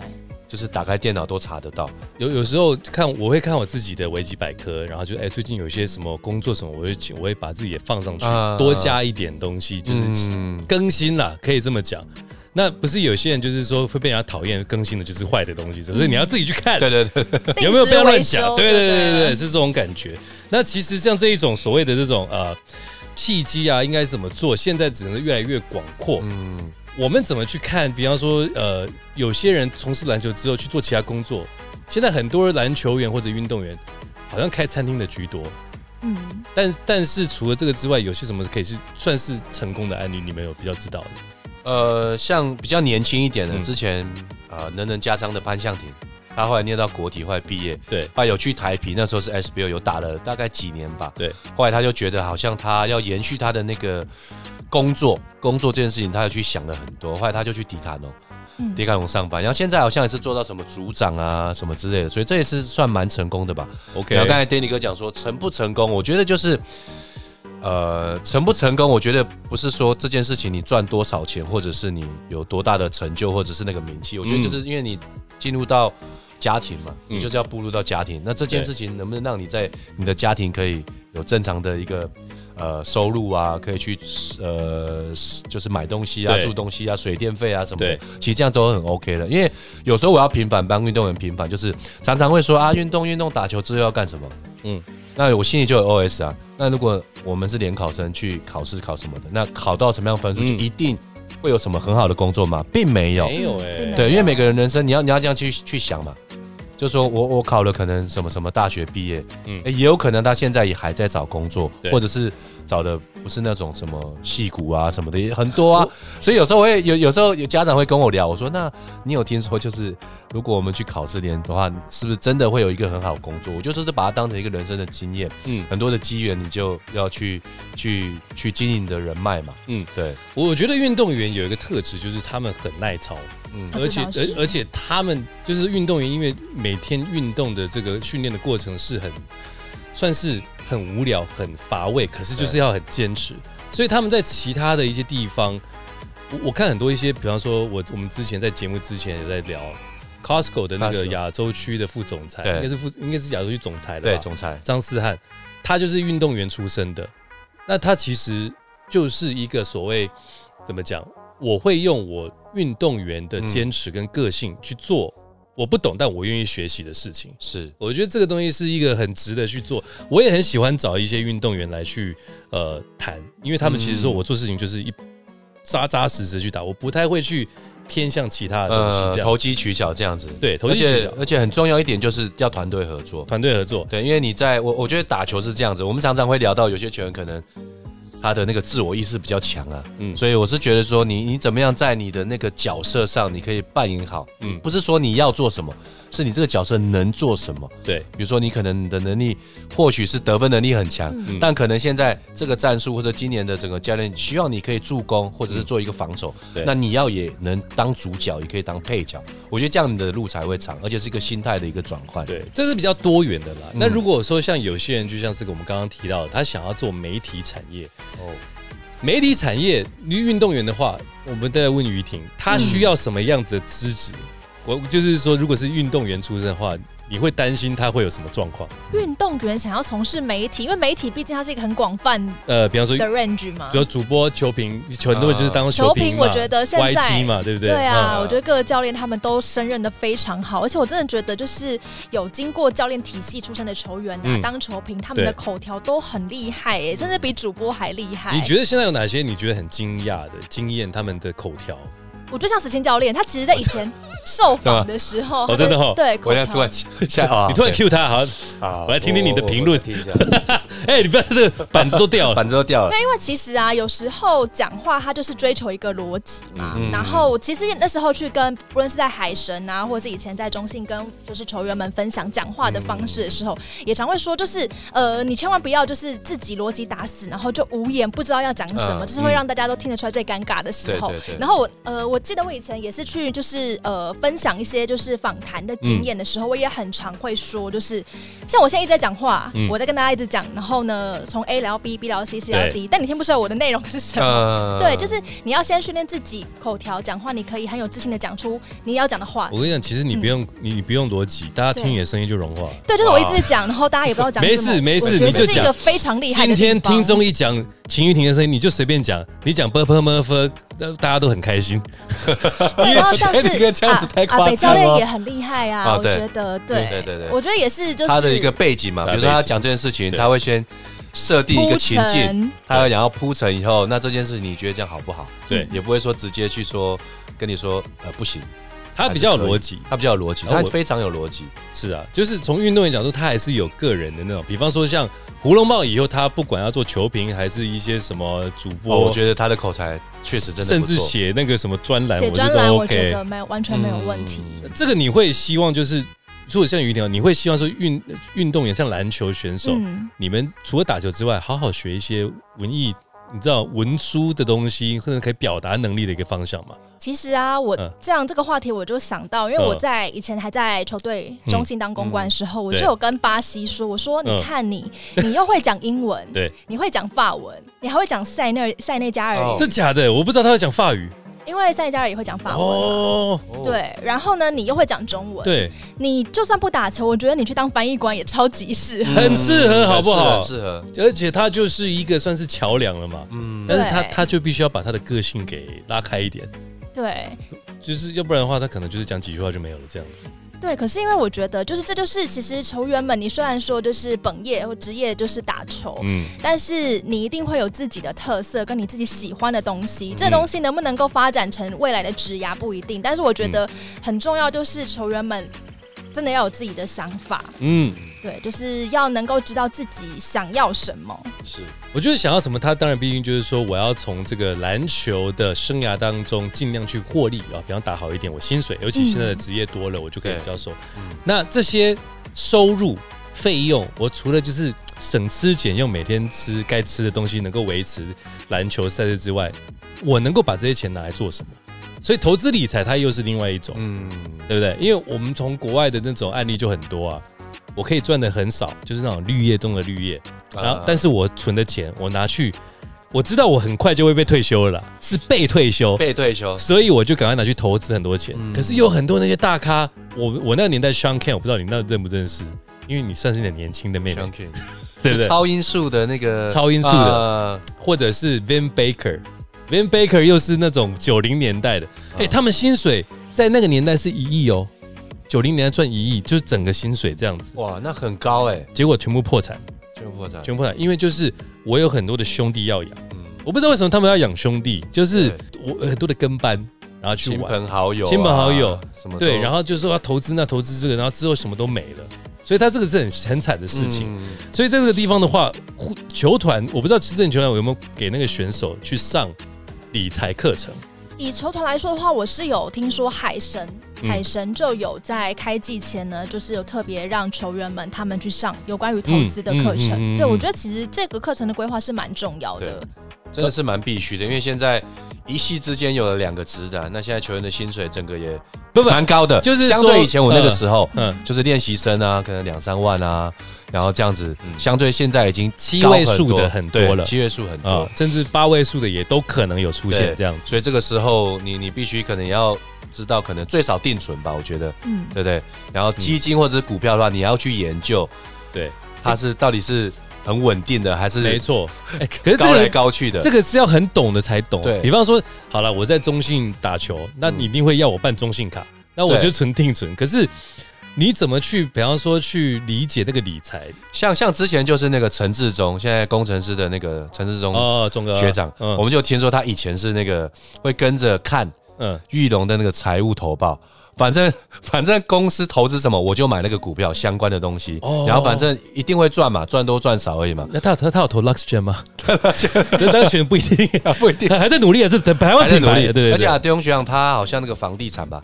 就是打开电脑都查得到。
有有时候看我会看我自己的维基百科，然后就哎、最近有一些什么工作什么，我会我会把自己也放上去，
啊
多加一点东西，就是
嗯，
更新啦，可以这么讲。那不是有些人就是说会被人家讨厌，更新的就是坏的东西，所以你要自己去看。
对对对，嗯
有没有不要乱
嗯定时维
讲？
修
对对对对
对
对，是这种感觉。那其实像这一种所谓的这种呃契机啊，应该怎么做？现在只能越来越广阔。
嗯，
我们怎么去看？比方说，呃，有些人从事篮球之后去做其他工作，现在很多篮球员或者运动员好像开餐厅的居多。
嗯，
但但是除了这个之外，有些什么可以是算是成功的案例？你们有比较知道的？
呃，像比较年轻一点的，
嗯
之前啊，能人家商的潘向庭，他后来念到国体，后来毕业，
对，
后来有去台皮，那时候是 SBL 有打了大概几年吧。
对，
后来他就觉得好像他要延续他的那个工作，工作这件事情，他就去想了很多。后来他就去迪卡侬，
嗯
迪卡侬上班，然后现在好像也是做到什么组长啊什么之类的，所以这也是算蛮成功的吧。
，OK，
然后刚才 Danny 哥讲说成不成功，我觉得就是。呃，成不成功，我觉得不是说这件事情你赚多少钱，或者是你有多大的成就，或者是那个名气。我觉得就是因为你进入到家庭嘛，
嗯
你就是要步入到家庭。那这件
对
事情能不能让你在你的家庭可以有正常的一个呃收入啊，可以去呃就是买东西啊、
对
住东西啊、水电费啊什么的
对，
其实这样都很 OK 的。因为有时候我要平反帮运动员平反，就是常常会说啊，运动运动打球之后要干什么？
嗯
嗯，那我心里就有 OS 啊。那如果我们是联考生去考试考什么的，那考到什么样的分数，
嗯
就一定会有什么很好的工作吗？并没有。
没有哎、
嗯对
对，因为每个人人生，你要你要这样去去想嘛。就说我我考了可能什么什么大学毕业，
嗯
嗯，也有可能他现在也还在找工作
对，
或者是找的不是那种什么戏骨啊什么的也很多啊，所以有时候我会有有时候有家长会跟我聊，我说那你有听说就是如果我们去考试联的话，是不是真的会有一个很好的工作？我就说是把它当成一个人生的经验，
嗯，
很多的机缘你就要去去去经营你的人脉嘛，
嗯
嗯，对，
我觉得运动员有一个特质，就是他们很耐操，
嗯
啊
而且
这倒是
而而且他们就是运动员，因为每天运动的这个训练的过程是很算是很无聊、很乏味，可是就是要很坚持，所以他们在其他的一些地方，我我看很多一些，比方说我我们之前在节目之前也在聊 Costco 的那个
Costco
亚洲区的副总裁，
对
应该是副应该是亚洲区总裁了吧，
对，总裁，
张思翰，他就是运动员出身的，那他其实就是一个所谓怎么讲？我会用我运动员
嗯
的坚持跟个性去做我不懂但我愿意学习的事情。
是
我觉得这个东西是一个很值得去做，我也很喜欢找一些运动员来去呃谈，因为他们其实说
嗯
我做事情就是一扎扎实实去打，我不太会去偏向其他的东西
呃
这样。
投机取巧这样子，
对，投
而
机取
且
巧，
而且很重要一点就是要团队合作。
团队合作，
对，因为你在我我觉得打球是这样子，我们常常会聊到有些球员可能他的那个自我意识比较强啊，
嗯
嗯，所以我是觉得说你你怎么样在你的那个角色上你可以扮演好，
嗯
嗯，不是说你要做什么，是你这个角色能做什么。
对，
比如说你可能你的能力或许是得分能力很强，但可能现在这个战术或者今年的整个教练需要你可以助攻或者是做一个防守，
对
那你要也能当主角，也可以当配角。我觉得这样你的路才会长，而且是一个心态的一个转换。
对，这是比较多元的啦。
嗯
那如果说像有些人，就像这个我们刚刚提到的，他想要做媒体产业，
哦，
媒体产业运动员的话，我们都在问于婷，他需要什么样子的资质？我就是说，如果是运动员出身的话，你会担心他会有什么状况？
运动员想要从事媒体，因为媒体毕竟它是一个很广泛
呃，比方说
的，range 嘛
主。要主播、球评，很多人就是当
呃球
评
评
嘛，
我觉得现在
YT 嘛，对不对？
对啊，
嗯
我觉得各个教练他们都胜任的非常好，而且我真的觉得就是有经过教练体系出身的球员啊，
嗯
当球评他们的
对嗯
口条都很厉害耶，甚至比主播还厉害。
你觉得现在有哪些你觉得很惊讶的、惊艳他们的口条？
我觉得像史清教练，他其实在以前受 访的时候，
真的
他
吗哦真的哦
对，
我
口
现在
条
突然想一下啊，
你突然
对
Q 他，好，
好
我来听听你的评论
我我听一下，
哎、你不要这个板子都掉了。
板子都掉了。
因为其实啊，有时候讲话他就是追求一个逻辑嘛。
嗯
然后其实那时候去跟不论是在海神啊，或者是以前在中信跟就是球员们分享讲话的方式的时候，也常会说，就是呃，你千万不要就是自己逻辑打死，然后就无言不知道要讲什么，
嗯
这是会让大家都听得出来最尴尬的时候。
对对对
然后我呃，我记得我以前也是去就是呃分享一些就是访谈的经验的时候，我也很常会说，就是像我现在一直在讲话，
嗯
我在跟大家一直讲，然后呢，从 A 聊到 B，B 聊到 C，C 聊到 D，但你听不出来我的内容是什么。
呃
对，就是你要先训练自己口条讲话，你可以很有自信的讲出你要讲的话。
我跟你讲，其实你不用你你不用逻辑，大家听你的声音就融化了。
嗯对，就是我一直讲，然后大家也不知道讲
没
什
事
么。
没事
我觉得
你就
这是一
讲
个非常厉害的
今
地
天
方
听众一讲秦玉婷的声音，你就随便讲，你讲 b u r p l e m u r f 大家都很开心。
对，然后像
你觉得这
是
样子太
啊，
夸
北教
张了
练也很厉害啊，
啊
我
对
觉得对
对对对对
我觉得也是，就是
他的一个背景嘛，
他的
比如说他
背景
讲这件事情，
对
他会先设定一个
铺
情境，
陈，
他要想要铺陈以后，那这件事你觉得这样好不好？
对
也不会说直接去说跟你说呃不行，
他比较有逻辑，
他比较有逻辑，
啊
他
我
非常有逻辑，
是啊，就是从运动员角度，他还是有个人的那种。比方说像胡龙茂以后，他不管要做球评，还是一些什么主播，
哦
我觉得他的口才确实真的
哦甚
不
至
错。
写那个什么专栏，
写
我觉
专
得
栏，我觉
OK
得。没有完全没有问题。
嗯
这个你会希望就是，如果像于婷，你会希望说运运动员像篮球选手，
嗯，
你们除了打球之外，好好学一些文艺，你知道文书的东西，或者可以表达能力的一个方向嘛？
其实啊，我
嗯
这样这个话题我就想到，因为
嗯
我在以前还在球队中心当公关的时候，我就
对
有跟巴西说，我说你
嗯
看你，你又会讲英文，
对，
你会讲法文，你还会讲塞内塞内加尔语，
哦
这假的，我不知道他会讲法语
因为塞内加尔也会讲法文。
哦。嗯
哦，
对，然后呢，你又会讲中文，
对，
你就算不打球，我觉得你去当翻译官也超级适合。
嗯
很适合好不好
很适合，很适合
而且他就是一个算是桥梁了嘛，
嗯，
但是他
对
他就必须要把他的个性给拉开一点，
对
就是要不然的话，他可能就是讲几句话就没有了这样子。
对，可是因为我觉得，就是这就是其实球员们，你虽然说就是本业或职业就是打球，
嗯，
但是你一定会有自己的特色，跟你自己喜欢的东西。这
嗯
东西能不能够发展成未来的职涯不一定，但是我觉得很重要，就是球员们真的要有自己的想法，
嗯，
对，就是要能够知道自己想要什么。
是
我觉得想要什么，他当然毕竟就是说，我要从这个篮球的生涯当中尽量去获利啊，比方打好一点，我薪水，尤其现在的职业多了，我就可以比较收
嗯。
那这些收入费用，我除了就是省吃俭用，每天吃该吃的东西，能够维持篮球赛事之外，我能够把这些钱拿来做什么？所以投资理财它又是另外一种。
嗯，
对不对？因为我们从国外的那种案例就很多啊，我可以赚的很少，就是那种绿叶中的绿叶，
啊
然后但是我存的钱我拿去，我知道我很快就会被退休了啦，是被退休，
被退休，
所以我就赶快拿去投资很多钱。
嗯
可是有很多那些大咖，我我那个年代 Sean Ken，我不知道你那认不认识，因为你算是你的年轻的妹妹，
King，
对不对？
超音速的那个
超音速的
呃
或者是 Vin Baker。Vin Baker 又是那种九零年代的，
啊
哎、他们薪水在那个年代是一亿哦，九零年代赚一亿，就是整个薪水这样子。
哇，那很高哎，
结果全部破产，
全破产，
全部破产，因为就是我有很多的兄弟要养，
嗯
我不知道为什么他们要养兄弟，就是我呃很多的跟班，然后去
亲
玩，
朋好友啊，
亲朋好友
什么
对，然
后
后就说要投资那投资这个，然后之后什么都没了，所以他这个是很很惨的
嗯
事情。所以在这个地方的话，互球团我不知道执政球团有没有给那个选手去上理财课程，
以球团来说的话，我是有听说海神，
嗯
海神就有在开季前呢，就是有特别让球员们他们去上有关于投资的课程。
嗯嗯嗯嗯
对
嗯
我觉得其实这个课程的规划是蛮重要的
对。真的是蛮必须的，因为现在一夕之间有了两个职的，那现在球员的薪水整个也
不不
蛮高的，
就是
相
说
对以前我那个时候，
嗯，
就是练习生啊，可能两三万啊，然后这样子，相对现在已经
嗯七
高
位
很多
数的很多了
对七位数很多，
啊、甚至八位数的也都可能有出现啊
哦对
这样子。
所以这个时候你你必须可能要知道，可能最少定存吧，我觉得，
嗯，
对不对？然后基金或者是股票的话，你要去研究
嗯对，
它是到底是很稳定的，还
没
是
错。哎、可是这
高
个
来高去的。
这个是要很懂的才懂。啊
对嗯
比方说，好了，我在中信打球，那你一定会要我办中信卡，那我
对
就存定存。可是你怎么去，比方说去理解那个理财？
像像之前就是那个陈志忠，现在工程师的那个陈志忠
哦，钟哥
学长，我
嗯
们就听说他以前是那个会跟着看
嗯，
玉龙的那个财务投报，反正反正公司投资什么，我就买那个股票相关的东西，
哦
然后反正一定会赚嘛，赚多赚少
，
而已嘛
那他有他他有投 Luxgen 吗？那当选不一定，
不一定。
还在努力啊，这等台湾
还在
品
努
牌，
力，
对对
而且
对啊
啊，。丁勇学长他好像那个房地产吧，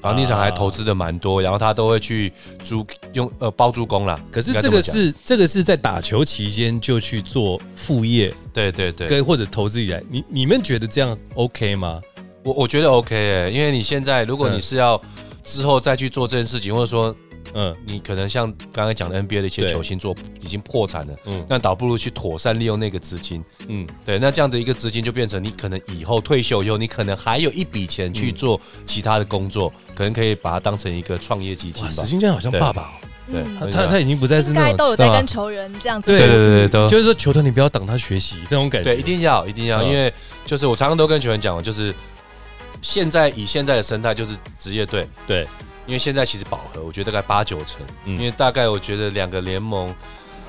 房地产还投资的蛮多，然后他都会去租用呃包租公啦。
可是
应该
这
么
个
讲
是这个是在打球期间就去做副业
对对对，
跟或者投资以来，你你们觉得这样 OK 吗？
我我觉得 OK 哎、因为你现在如果你是要之后再去做这件事情，或者说
嗯，
你可能像刚才讲的 NBA 的一些
对
球星做已经破产了，
嗯
那倒不如去妥善利用那个资金，
嗯，
对，那这样的一个资金就变成你可能以后退休以后，你可能还有一笔钱
嗯
去做其他的工作，可能可以把它当成一个创业基金
哇，
吧
史。金健好像
对
爸爸哦，
对
嗯，
他
对
他他已经不再是
应
那
该
种
都有在
爸爸
跟球员这样子
对
对对对对都
就是说球团你不要挡他学习那种感觉，
对，一定要一定要，
嗯
因为就是我常常都跟球员讲，就是现在以现在的生态就是职业队，
对，
因为现在其实饱和，我觉得大概八九成，
嗯
因为大概我觉得两个联盟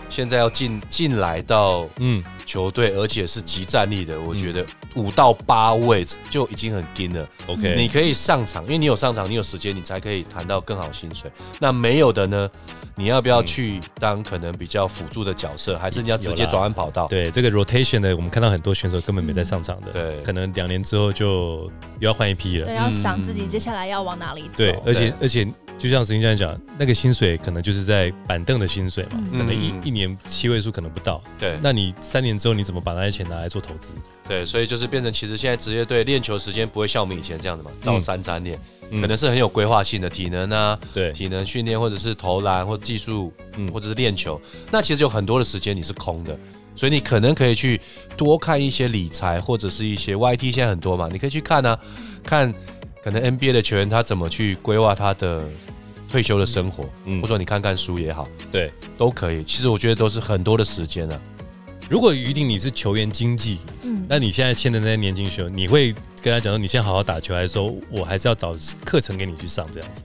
现在要进进来到
嗯，
球队，而且是集战力的，我觉得五到八位就已经很紧了。
OK
你可以上场，因为你有上场，你有时间，你才可以谈到更好的薪水。那没有的呢？你要不
嗯
要去当可能比较辅助的角色，还是你要直接
有啦
转换跑道？
对这个 rotation 的，我们看到很多选手根本没在上场的，
对
可能两年之后就又要换一批了
对，，要想自己接下来要往哪里走。
嗯对，呃而且
对
而且就像石英这样讲，那个薪水可能就是在板凳的薪水嘛，
嗯
可能一
嗯
一年七位数可能不到，
对
那你三年之后你怎么把那些钱拿来做投资？
对，所以就是变成，其实现在职业队练球时间不会像我们以前这样子嘛，早三餐练，
嗯
可能是很有规划性的体能啊，
对
体能训练或者是投篮或技术，
嗯
或者是练球，那其实有很多的时间你是空的。所以你可能可以去多看一些理财，或者是一些 YT，现在很多嘛，你可以去看啊，看可能 NBA 的球员他怎么去规划他的退休的生活，
嗯
或者说你看看书也好，
对，
都可以。其实我觉得都是很多的时间啊。
如果于定你是球员经纪，
嗯，
那你现在签的那些年轻球，你会跟他讲说你先好好打球，还是说我还是要找课程给你去上这样子？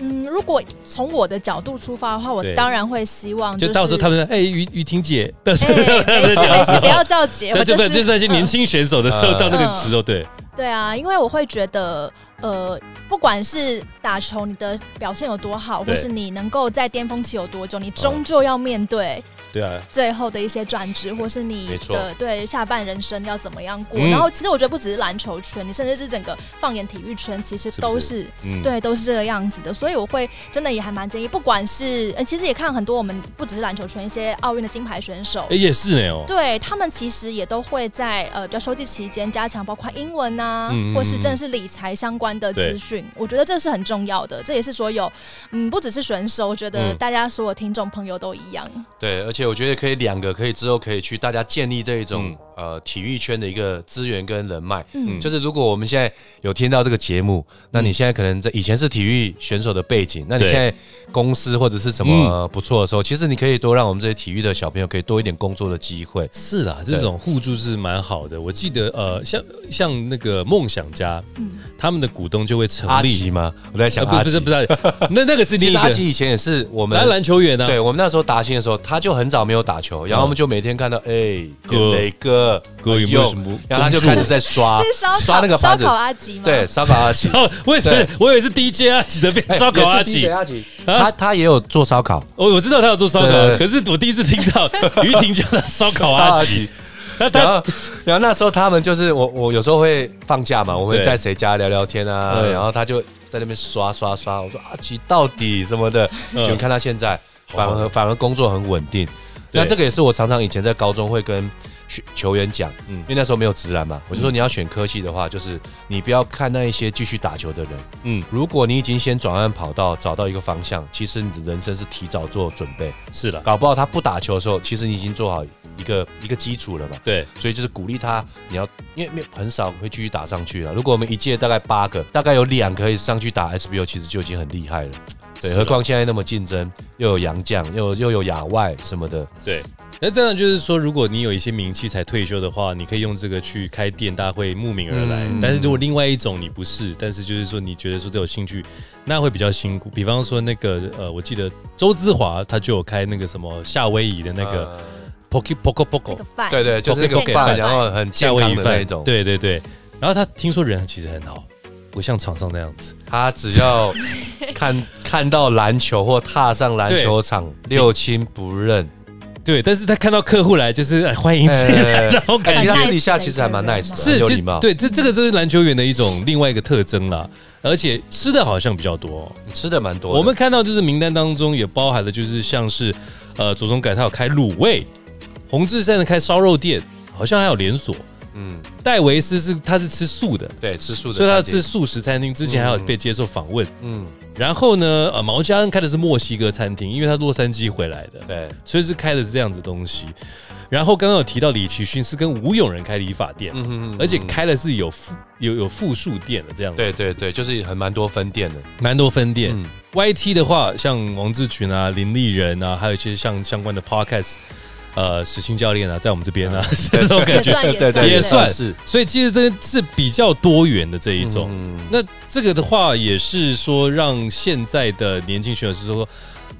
嗯，如果从我的角度出发的话，我
对
当然会希望
就是到时候他们说，哎、于于婷姐，到时
哎，
候
没事没事，不要叫姐，我
对，就不
是
就是那些年轻选手的时候，
嗯
到那个时候，对，
对啊，因为我会觉得，呃，不管是打球你的表现有多好，
对哦
或是你能够在巅峰期有多久，你终究要面对
对啊，
最后的一些转职，或是你
没错
的对下半人生要怎么样过。
嗯
然后，其实我觉得不只是篮球圈，你甚至是整个放眼体育圈，其实
是不
都
是
是
嗯，
对，都是这个样子的，所以我会真的也还蛮建议，不管是、呃、其实也看很多我们不只是篮球圈一些奥运的金牌选手，
哎，也是呢哦，
对他们其实也都会在呃比较休季期间加强包括英文啊，
嗯嗯
或是
嗯
正是理财相关的
对
资讯，我觉得这是很重要的，这也是所有嗯不只是选手，我觉得
嗯
大家所有听众朋友都一样，
对，而且我觉得可以两个，可以之后可以去大家建立这一种、
嗯
呃体育圈的一个资源跟人脉。
嗯
就是如果我们现在有听到这个节目，那你现在可能在以前是体育选手的背景，那你
对
现在公司或者是什
嗯
么不错的时候，其实你可以多让我们这些体育的小朋友可以多一点工作的机会。
是啦，这种互助是蛮好的。我记得呃，像像那个梦想家，他们的股东就会成
阿
立
奇，吗？我在想
呃
阿
不不
奇，
是不是，那那个是 另
其
一
实
个
阿奇以前也是我们
篮篮球员呢，啊
对我们那时候打新的时候，他就很早没有打球，然后我们就每天看到，哎、
哦哥
磊哥，
哥有没有什么
哎然后他就开始在刷
这是烧
啊刷那
烤
个
烧
盘子
烤，阿吉吗？
对，，烧烤阿奇，
哦，为什么
对
我以为是 DJ 阿奇的变烧烤阿
也是
奇
DJ？阿奇，
啊
他他也有做烧烤，
我我知道他有做烧烤，
对对
可是我第一次听到于婷叫他烧烤啊阿奇，那
然
他
后，然后那时候他们就是我，我有时候会放假嘛，我会
对
在谁家聊聊天啊，
嗯
然后他就在那边刷刷刷，我说阿奇到底什么的，
嗯
就、看他现在反
好
而反而工作很稳定。
对
那这个也是我常常以前在高中会跟学球员讲，
嗯
因为那时候没有直男嘛，我就说你要选科系的话，就是你不要看那一些继续打球的人，
嗯，
如果你已经先转换跑道，找到一个方向，其实你的人生是提早做准备，
是啦，
搞不好他不打球的时候，其实你已经做好一个一个基础了嘛。
对，
所以就是鼓励他，你要因为没有很少会继续打上去了。如果我们一届大概八个，大概有两个可以上去打 SBO，其实就已经很厉害了。对，
是啊
何况现在那么竞争，又有洋将，又有又有亚外什么的，
对。那这样就是说，如果你有一些名气才退休的话，你可以用这个去开店，大家会慕名而来。
嗯
但是如果另外一种你不是，但是就是说你觉得说这有兴趣，那会比较辛苦。比方说那个呃，我记得周之华他就有开那个什么夏威夷的那个 Poki Poco
那
Poco，
个饭，
对对，就是啊那个
健康
饭，
饭
然后很
夏
健
威
康
夷
的
饭
那一种。，
对对对。然后他听说人其实很好，不像场上那样子。
他只要看看到篮球或踏上篮球场，六亲不认。
对，但是他看到客户来就是、哎欢迎进来
哎
那种
哎
感
其
觉。
实私底下其实还蛮 nice 的，
是
很有
其
礼貌。
对，这这个就是篮球员的一种另外一个特征啦。而且吃的好像比较多哦、
吃的蛮多的。
我们看到就是名单当中也包含了就是像是呃左宗改他有开卤味，洪志善的开烧肉店，好像还有连锁。
嗯，
戴维斯是他是吃素的，
对，吃素的，
所以他是吃，素食餐厅，之前还有
嗯
被接受访问。
嗯，
然后呢，呃，毛家恩开的是墨西哥餐厅，因为他洛杉矶回来的，
对，嗯
所以是开的是这样子的东西。然后刚刚有提到李奇勋是跟吴永仁开理发店，
嗯哼嗯哼
而且开的是有复有有复数店的这样子，
对对对，就是很蛮多分店的，
蛮多分店。
嗯
YT 的话，像王志群啊、林立人啊，还有一些像相关的 podcast，呃，史清教练啊，在我们这边啊，
嗯
是 这种感
也
觉。
算也算
对对
也
对
算
是
所以其实这是比较多元的这一种。
嗯
那这个的话，也是说让现在的年轻选手是说，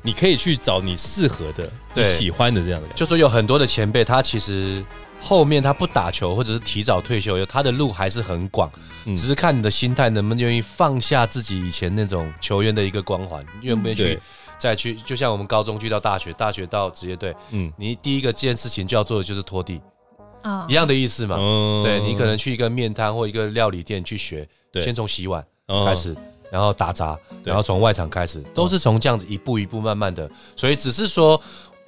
你可以去找你适合的、你
对
喜欢的这样的感觉。
就说有很多的前辈，他其实后面他不打球，或者是提早退休，有他的路还是很广，
嗯
只是看你的心态能不能愿意放下自己以前那种球员的一个光环，愿不愿意去
对
再去。就像我们高中去到大学，大学到职业队，
嗯
你第一个件事情就要做的就是拖地，
啊
一，样的意思嘛。
嗯
对你可能去一个面摊或一个料理店去学，
对
先从洗碗
哦
开始，然后打杂，
对
然后从外场开始，都是从这样子一步一步慢慢的。所以只是说，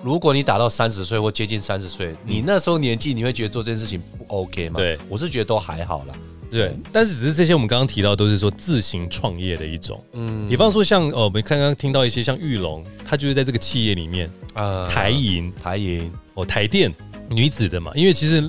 如果你打到三十岁或接近三十岁，你那时候年纪，你会觉得做这件事情不 OK 吗？
嗯对，
我是觉得都还好啦。
对，但是只是这些我们刚刚提到都是说自行创业的一种。
嗯
比方说像呃，我们刚刚听到一些像玉龙，他就是在这个企业里面，
呃
台银
台银，
哦台电女子的嘛，因为其实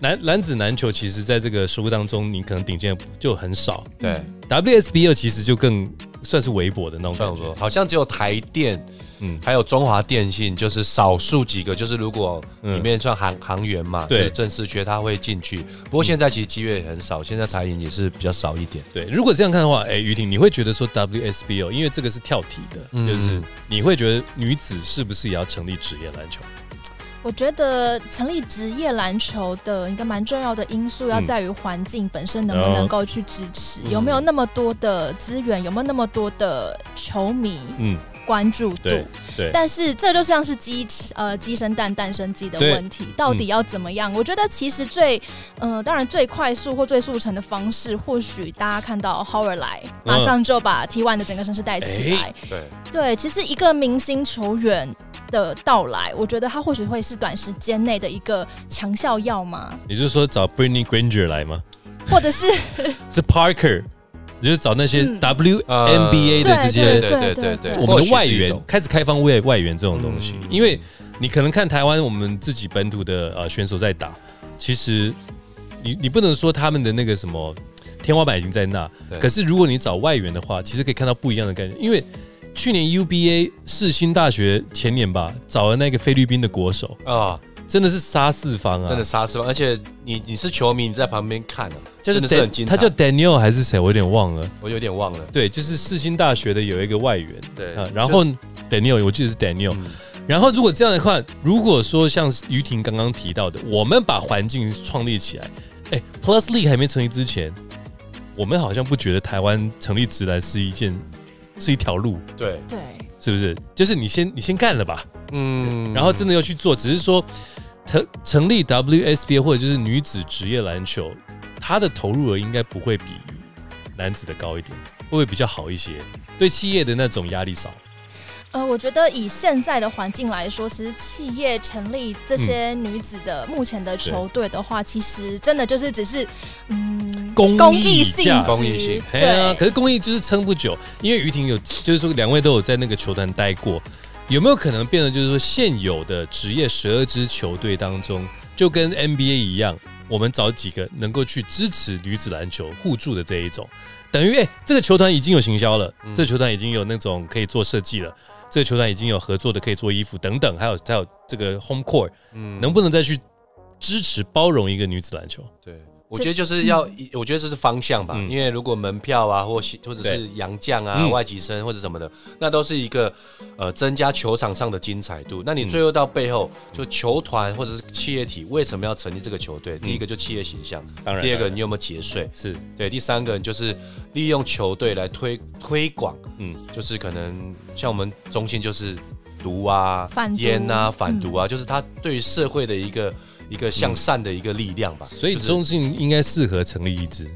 男男子篮球其实在这个食物当中，你可能顶尖的就很少
对，
嗯，WSBL 其实就更算是微薄的那种
算
感
我说
觉，
好像只有台电，
嗯
嗯，还有中华电信，就是少数几个，就是如果
嗯
里面算航航员嘛，
对
就是正式缺他会进去。不过现在其实机会也很少，现在台银也是比较少一点。
对，如果这样看的话，哎，于婷，你会觉得说 WSBL，因为这个是跳题的，
嗯
就是你会觉得女子是不是也要成立职业篮球？
我觉得成立职业篮球的一个蛮重要的因素，
嗯
要在于环境本身能不
哦
能够去支持，
嗯
有没有那么多的资源，有没有那么多的球迷
嗯，
关注度
对。对
但是这就像是鸡呃鸡生蛋蛋生鸡的问题，到底要怎么样？我觉得其实最呃，当然最快速或最速成的方式，或许大家看到 Howard 来，马上就把 T1 的整个身世带起来。
对，
对，其实一个明星球员的到来，我觉得他或许会是短时间内的一个强效药嘛，
你是说找 Britney Granger 来吗？
或者是
是 Parker，你就是找那些
嗯
WNBA 的这些
对
对
对对
我们的外
或许是一
援
种
开始开放外外援这种东西，
嗯
因为你可能看台湾我们自己本土的呃选手在打，其实你你不能说他们的那个什么天花板已经在那，
对
可是如果你找外援的话，其实可以看到不一样的感觉，因为。去年 UBA 世新大学前年吧，找了那个菲律宾的国手，
啊，
真的是杀四方啊！
真的杀死吧！而且你你是球迷，你在旁边看啊，
叫
真的是很
Dan,
精
他
彩。
叫 Daniel 还是谁，我有点忘了。
我有点忘了，
对，就是世新大学的有一个外援，
对
啊，然后 Daniel 我记得是 Daniel，、然后如果这样的话，如果说像于婷刚刚提到的，我们把环境创立起来，哎，Plus League 还没成立之前，我们好像不觉得台湾成立直男是一件是一条路，
对，
对。
是不是？就是你先你先干了吧，
嗯
然后真
的
的要去做，只是说成成立 WSBA 或者就是女子职业篮球，它的投入额应该不会比男子的高一点，会不会比较好一些？对企业的那种压力少。
呃，我觉得以现在的环境来说，其实企业成立
嗯
这些女子的、目前的球队的话，其实真的就是只是嗯
公益
性
价
质，
值
公益性
哎呀，
对，
可是公益就是撑不久，因为于婷有，就是说两位都有在那个球团待过，有没有可能变得就是说现有的职业十二支球队当中，就跟 NBA 一样，我们找几个能够去支持女子篮球互助的这一种，等于哎、这个球团已经有行销了，这个球团已经有那种可以做设计了。这个球团已经有合作的，可以做衣服等等，还有还有这个 home court，、能不能再去支持包容一个女子篮球？
对。我觉得就是要，
嗯
我觉得这是方向吧，
嗯
因为如果门票啊，或是或者
对
是洋将啊、
嗯
外籍生或者什么的，那都是一个呃增加球场上的精彩度。
嗯
那你最后到背后，就球团或者是企业体为什么要成立这个球队？第一个就企业形象，
嗯当然
第二
当
个
然
你有没有节税？
是
对，第三个就是利用球队来推推广，
嗯
嗯，就是可能像我们中心就是毒啊
反、毒嗯
烟啊、反毒啊，就是它对于社会的一个一个向善的一个力量吧。
所以
就是
中信应该适合成立一支，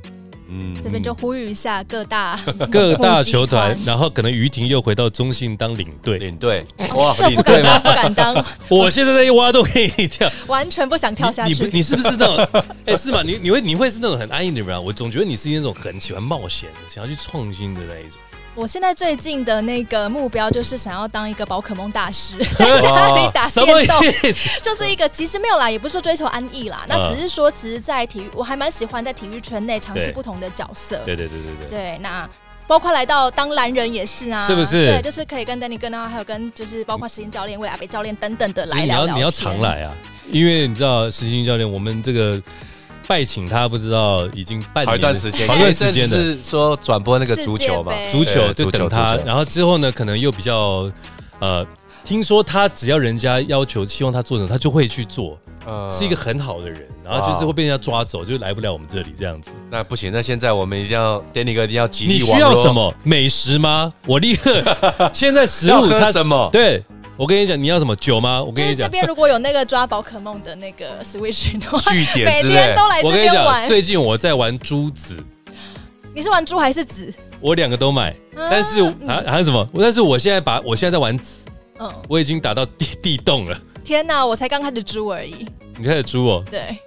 嗯，
这边就呼吁一下各 大
各大球团
母鸡，
然后可能于婷又回到中信当领队。
领队哇，
哎这
领
不敢
队
当，
吗？
不敢当，
我现在在一挖都可以跳，
完全不 想跳下
你你不
去。
你是不是那 种？哎，是吗？你你会你会是那种很安逸的人啊？我总觉得你是那种很喜欢冒险的，想要去创新的那一种。
我现在最近的那个目标就是想要当一个宝可梦大 师，在家里打
什么
电 动。
意思？嗯
就是一个其实没有啦，也不是说追求安逸啦，那只是说其实，在体育我还蛮喜欢在体育圈内尝试
对
不同的角色。
对对对对对，
对，那包括来到当蓝人也是啊，
是不是
对，就是可以跟 Danny 哥，然后还有跟就是包括实验教练、未来北教练等等的
所以
来
哎你
聊
要
聊
你要
天
常，来啊，因为你知道石鑫教练，我们这个拜请他不知道已经半年
好
了
一段时间，
好一
前一
段时
阵
间
子
的
是说转播那个足球嘛
世界，杯
足球
对
就
足
等
球
他
足，球
然后之后呢，可能又比较呃。听说他只要人家要求，希望他做什么，他就会去做，
呃
是一个很好的人。然后就是会被人家抓走，就来不了我们这里这样子。
嗯那不行，那现在我们一定要 Danny 哥一定要极力
你需
网
要
络
什？么美食吗？我立刻 现在食
要
物他
喝 什么？
对我跟你讲，你要什么酒吗？我
就
跟
是
你
这
讲，
边如果有那个抓宝可梦的那个 Switch 的话，
据点
每
之类
天，都来这
我跟你
边
讲，
玩。
最近我在玩珠子，
你是玩猪还是子？
我两个都买，但是啊
嗯
还还有什么？但是我现在把我现在在玩子，
嗯，
我已经打到地地洞了。
天哪，我才刚开始猪而已。
你开始猪哦？
对，哎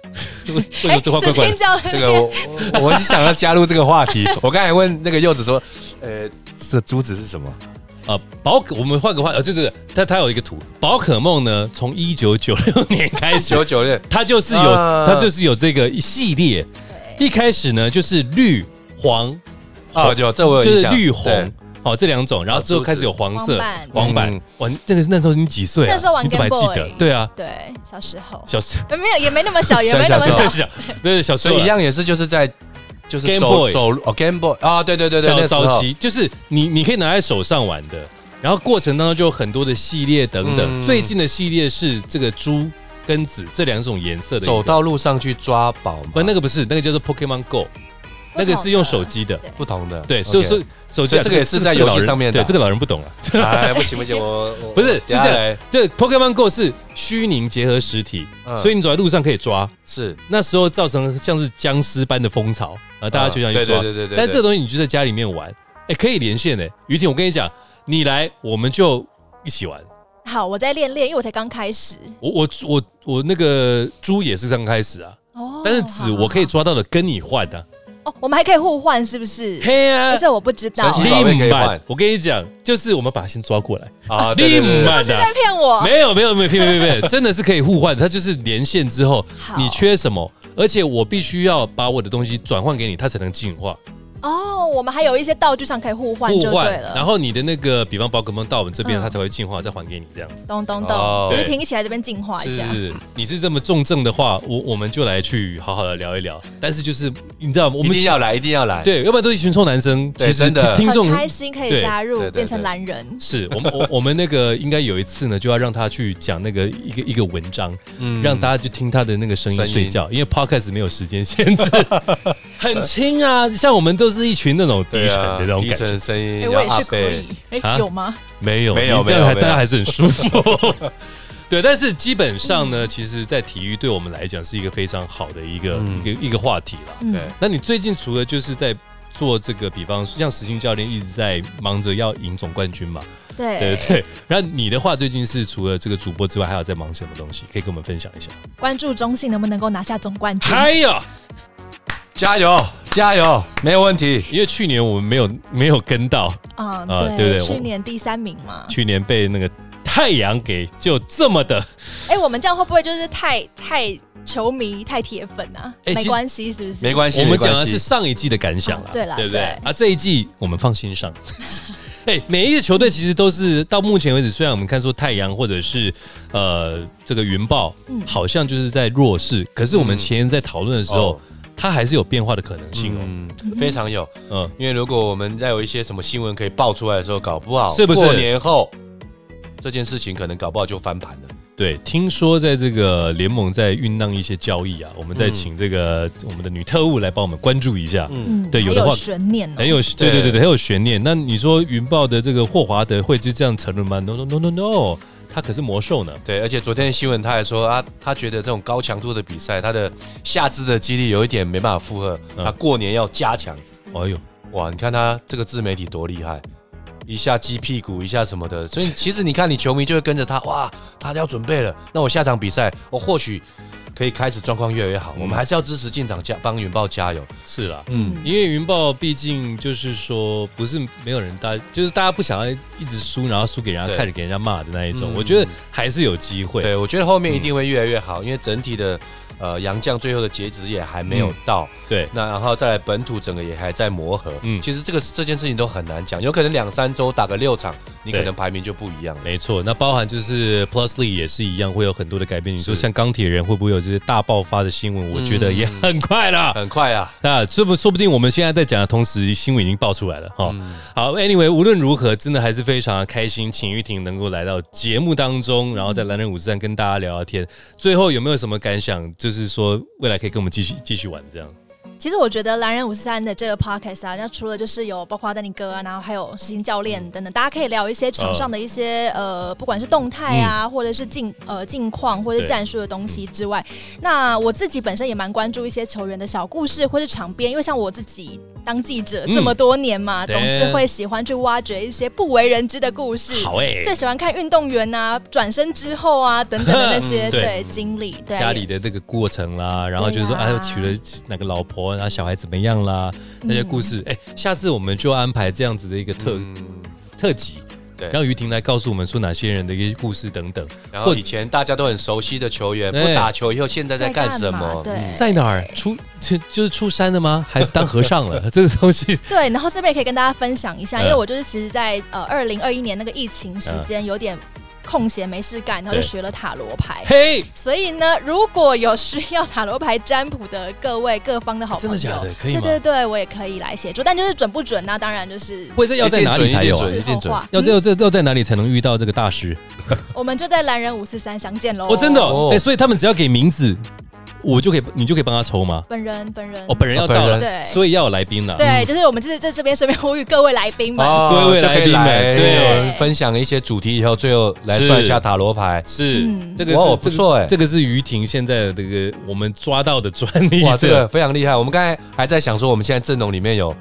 为什么这话怪
子
怪
君
的？
教练，
这个我我我是想要加入这个话题。我刚才问那个柚子说，呃，这珠子是什么？
啊，宝可，我们换个话，呃，就是它它有一个图，宝可梦呢，从一九九六年开始
九，九六
它就是有、
啊
它就是有这个一系列。一开始呢，就是绿黄，
哦，有这我有
就
印
是
象
绿
对
红。好，这两种，然后之后开始有黄色、
黄
黄
板
板
嗯。
哇，这个是那时候你几岁啊？
那时候玩
你怎么还
Game
记得
Boy？？
对啊，
对，小时候
小时
呃没有，也没那么小，也没那么
小
小。
小，对小时
哦
候
所以
啊
一样也是就是在就是
Game
走
Boy
走路哦 Game Boy 啊，对对对对，
小
那时
早
候
期，就是你你可以拿在手上玩的，然后过程当中就有很多的系列等等。
嗯
最近的系列是这个猪跟紫这两种颜色的一个，
走到路上去抓宝嘛，
不那个不是那个叫做 Pokemon Go，那个是用手机的。
对
不同的
对，
OK
所以说手机啊
所以这个也是在
这个
游戏上面
对
打
这个老人不懂啊。
哎不行不行，我我
不是是
等下
这样
来
这 Pokemon Go 是虚拟结合实体，
嗯
所以你走在路上可以抓。
是
那时候造成像是僵尸般的风潮啊，大家就想去
嗯对
抓
对。对对对，
但这个东西你就在家里面玩，哎，可以连线的。于婷，我跟你讲，你来我们就一起玩。
好，我在练练，因为我才刚开始。
我我我我那个猪也是刚开始啊，
哦
但是子我可以抓到的跟你换啊，
哦，我们还可以互换，是不是？
嘿啊
而，且我不知道
神奇，宝贝可以换
我跟你讲，就是我们把它先抓过来，
啊
立
对
马
是在
的。
骗我。
没有没有没有，别别别，别真的是可以互换，它就是连线之后
好
你缺什么，而且我必须要把我的东西转换给你，它才能进化
哦，我们还有一些道具上可以互换，
互
就对
换。然
了。
后你的那个，比方宝可梦到我们这边，
嗯
它才会进化，再还给你这样子。
懂懂
哦
懂，
对
雨婷一起来这边进化一下。
是，你是这么重症的话，我我们就来去好好的聊一聊。但是就是你知道，我
一
们
定要来一定要来，
对，要不然都一群臭男生。
对
其实
真的
听听众
很开心可以加
对
入，
对对
变成蓝人。
是我们我我们那个应该有一次呢，就要让他去讲那个一个一个文章，
嗯
让大家就听他的那个声音
声音
睡觉，因为 podcast 没有时间限 制，很轻啊。像我们都是一群那种低
对
沉的
啊
那种
低
感觉，
沉声
哎，
音，然
我
后
也
阿
是可
贝
以。哎
啊，
有吗？
没有
没有
你这样还
没有没有
大家还是很舒 服。对，但是基本上呢，其实，在体育对我们来讲是一个非常好的一个、
嗯
一个一个话题啦。
嗯
对
那你最近除了就是在做这个，比方说像石鑫教练一直在忙着要赢总冠军嘛，对
对
对。 对。然后你的话，最近是除了这个主播之外，还有在忙什么东西？可以跟我们分享一下？
关注中信能不能够拿下总冠军？
哎
还有，
加油加油，没有问题。
因为去年我们没有没有跟到，
啊，
啊对对
对，
我
去年第三名嘛。
去年被那个太阳给就这么的，
哎，我们这样会不会就是太太球迷太铁粉啊？
哎其
没
实
关系，是不是？
没关系，
我
没
们
关
讲
系
的是上一季的感想啦
啊，对啦
对不对？
对
啊，这一季我们放心上。 哎，每一个球队其实都是到目前为止，虽然我们看说太阳或者是呃这个云豹，
嗯
好像就是在弱势，可是我们
嗯
前天在讨论的时候，它还是有变化的可能性哦。
嗯，非常有。
嗯，
因为如果我们再有一些什么新闻可以爆出来的时候，搞不好
是不是
过年后这件事情可能搞不好就翻盘了？
对，听说在这个联盟在酝酿一些交易啊，我们再
嗯
请这个我们的女特务来帮我们关注一下。
嗯
嗯，
对有
还
的话
有悬念哦
很。有对
对
对对对，很有悬念。那你说云豹的这个霍华德会就这样沉沦吗？No No No No No，他可是魔兽呢。
对，而且昨天的新闻他还说啊，他觉得这种高强度的比赛，他的下肢的肌力有一点没办法负荷，
嗯
他过年要加强。
哎呦，
哇，你看他这个自媒体多厉害，一下鸡屁股，一下什么的，所以其实你看，你球迷就会跟着他，哇，他要准备了，那我下场比赛，我或许可以开始状况越来越好。我们还是要支持进场加帮云豹加油。
是啦，
嗯，
因为云豹毕竟就是说，不是没有人大，就是大家不想要一直输，然后输给人家，
对
开始给人家骂的那一种。
嗯
我觉得还是有机会。
对，我觉得后面一定会越来越好，因为整体的呃杨将最后的截止也还没有到，
对
那然后再来本土整个也还在磨合。
嗯
嗯，其实这个这件事情都很难讲，有可能两三周打个六场，你
对
可能排名就不一样了。
没错，那包含就是 Plus Lee 也是一样，会有很多的改变。你说
是
像钢铁人会不会有这些大爆发的新闻？我觉得也很快了。
很快啊，
那这不说不定我们现在在讲的同时，新闻已经爆出来了哈。
嗯
好，Anyway，无论如何，真的还是非常开心，秦玉婷能够来到节目当中，然后在蓝人五之站跟大家聊聊天。最后有没有什么感想？就是说未来可以跟我们继续继续玩这样。
其实我觉得《男人五十三》的这个 podcast 啊，那除了就是有包括丹尼哥啊，然后还有石英教练等等，大家可以聊一些场上的一些、
嗯
呃，不管是动态啊，或者是近呃近况或者是
对
战术的东西之外，那我自己本身也蛮关注一些球员的小故事或是场边，因为像我自己当记者
嗯
这么多年嘛，
对
总是会喜欢去挖掘一些不为人知的故事。
嗯
好哎、
最喜欢看运动员啊，转身之后啊等等的那些
嗯对
对经历，对
家里的那个过程啦，然后就是说，
对啊
哎、啊，娶了哪个老婆，然后小孩怎么样啦，那些故事，哎、下次我们就安排这样子的一个特、
嗯，
特辑，
对。
让于婷来告诉我们说哪些人的一个故事等等，
然
或
后以前大家都很熟悉的球员，不
对
打球以后现在在
在
干
嘛
什么？嗯
对。
在哪儿出就就是出山了吗？还是当和尚 了？这个东西，
对，然后这边也可以跟大家分享一下，
嗯
因为我就是其实在，呃二零二一年那个疫情时间有点空闲没事干，然后就
对
学了塔罗牌。
嘿，
所以呢，如果有需要塔罗牌占卜的各位各方的好朋
啊真
友，
的假的？可以
哦对
吗？
对对，我也可以来协助，但就是准不准那、当然就是
会是要在哪里才有啊
一定？准
事后话。
要
嗯
这这要在哪里才能遇到这个大师？
我们就在蓝人五四三相见喽。
哦，真的哦，
哦
哎，所以他们只要给名字，我就可以，你就可以帮他抽吗？
本人嗯本人
哦，本人要
哦本
到
人
了，
对
所以要有来宾了。
对，就是我们就是在这边顺便呼吁各位来宾们，
各位
哦就可
来
以
宾们
对
分享一些主题以后，最后来算一下塔罗牌。
是，
嗯
这个
哇
是
不错
这个
哎
这个是于婷现在的这个我们抓到的专利。
哇，这个非常厉害！我们刚才还在想说，我们现在阵容里面有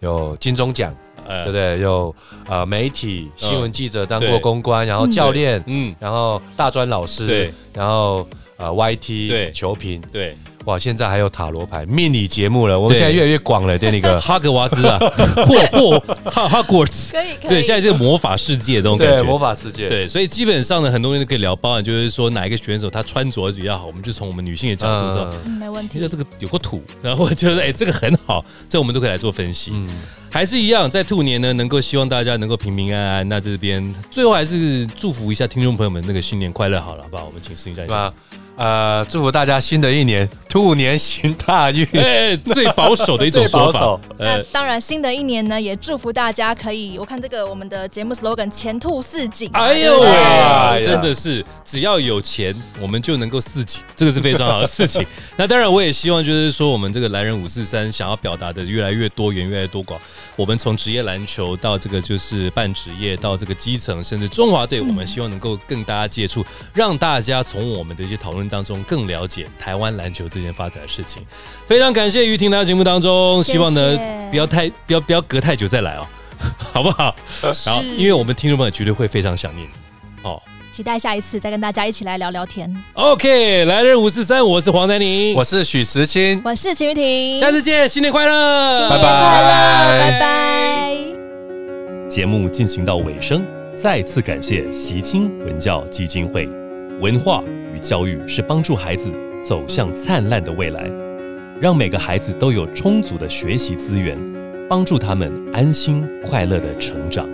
有金钟奖，对不
呃，
对？有呃媒体、新闻记者当
对
过公关，然后教练，
嗯，
然后大专老师
对，
然后呃 YT
对
球评，
对，
哇，现在还有塔罗牌命理节目了，我们
对
现在越来越广了，对那 个。
哈格瓦 兹啊，霍霍哈哈果兹，
可以可以。
对，现在这个魔法世界的那种感
对
觉
魔。法世界，
对，所以基本上呢，很多人都可以聊，包含就是说哪一个选手他穿着比较好，我们就从我们女性的角度上，
嗯
嗯没问
听
题
到。这个有个土，然后就是哎、这个很好，这我们都可以来做分析。
嗯
还是一样，在兔年呢，能够希望大家能够平平安安。那这边最后还是祝福一下听众朋友们，那个新年快乐好了，好不好？我们请试一下
对。吧？呃，祝福大家新的一年兔年行大运。
哎、最保守的一种说
最保
法呃
守。
那当然，新的一年呢，也祝福大家可以，我看这个我们的节目 slogan“ 前兔似锦”，
哎呦
对
喂、
不对
哎呀
真的是只要有钱，我们就能够四级，这个是非常好的事情。 那当然，我也希望就是说，我们这个蓝人五四三想要表达的越来越多元、越来越多广。我们从职业篮球到这个就是半职业，到这个基层，甚至中华队，我们希望能够跟大家接触，让大家从我们的一些讨论当中更了解台湾篮球这件发展的事情。非常感谢于婷来到节目当中，
谢谢
希望呢不要太不要不要隔太久再来哦， 好不好？然后，因为我们听众朋友绝对会非常想念你哦。
期待下一次再跟大家一起来聊聊天。
OK，来日五四三，我是黄丹妮，
我是许时清，
我是秦玉婷，
下次见，新年快乐，
新
拜
年
拜
快乐，拜拜
节目进行到尾声，再次感谢习清文教基金会。文化与教育是帮助孩子走向灿烂的未来，让每个孩子都有充足的学习资源，帮助他们安心快乐的成长。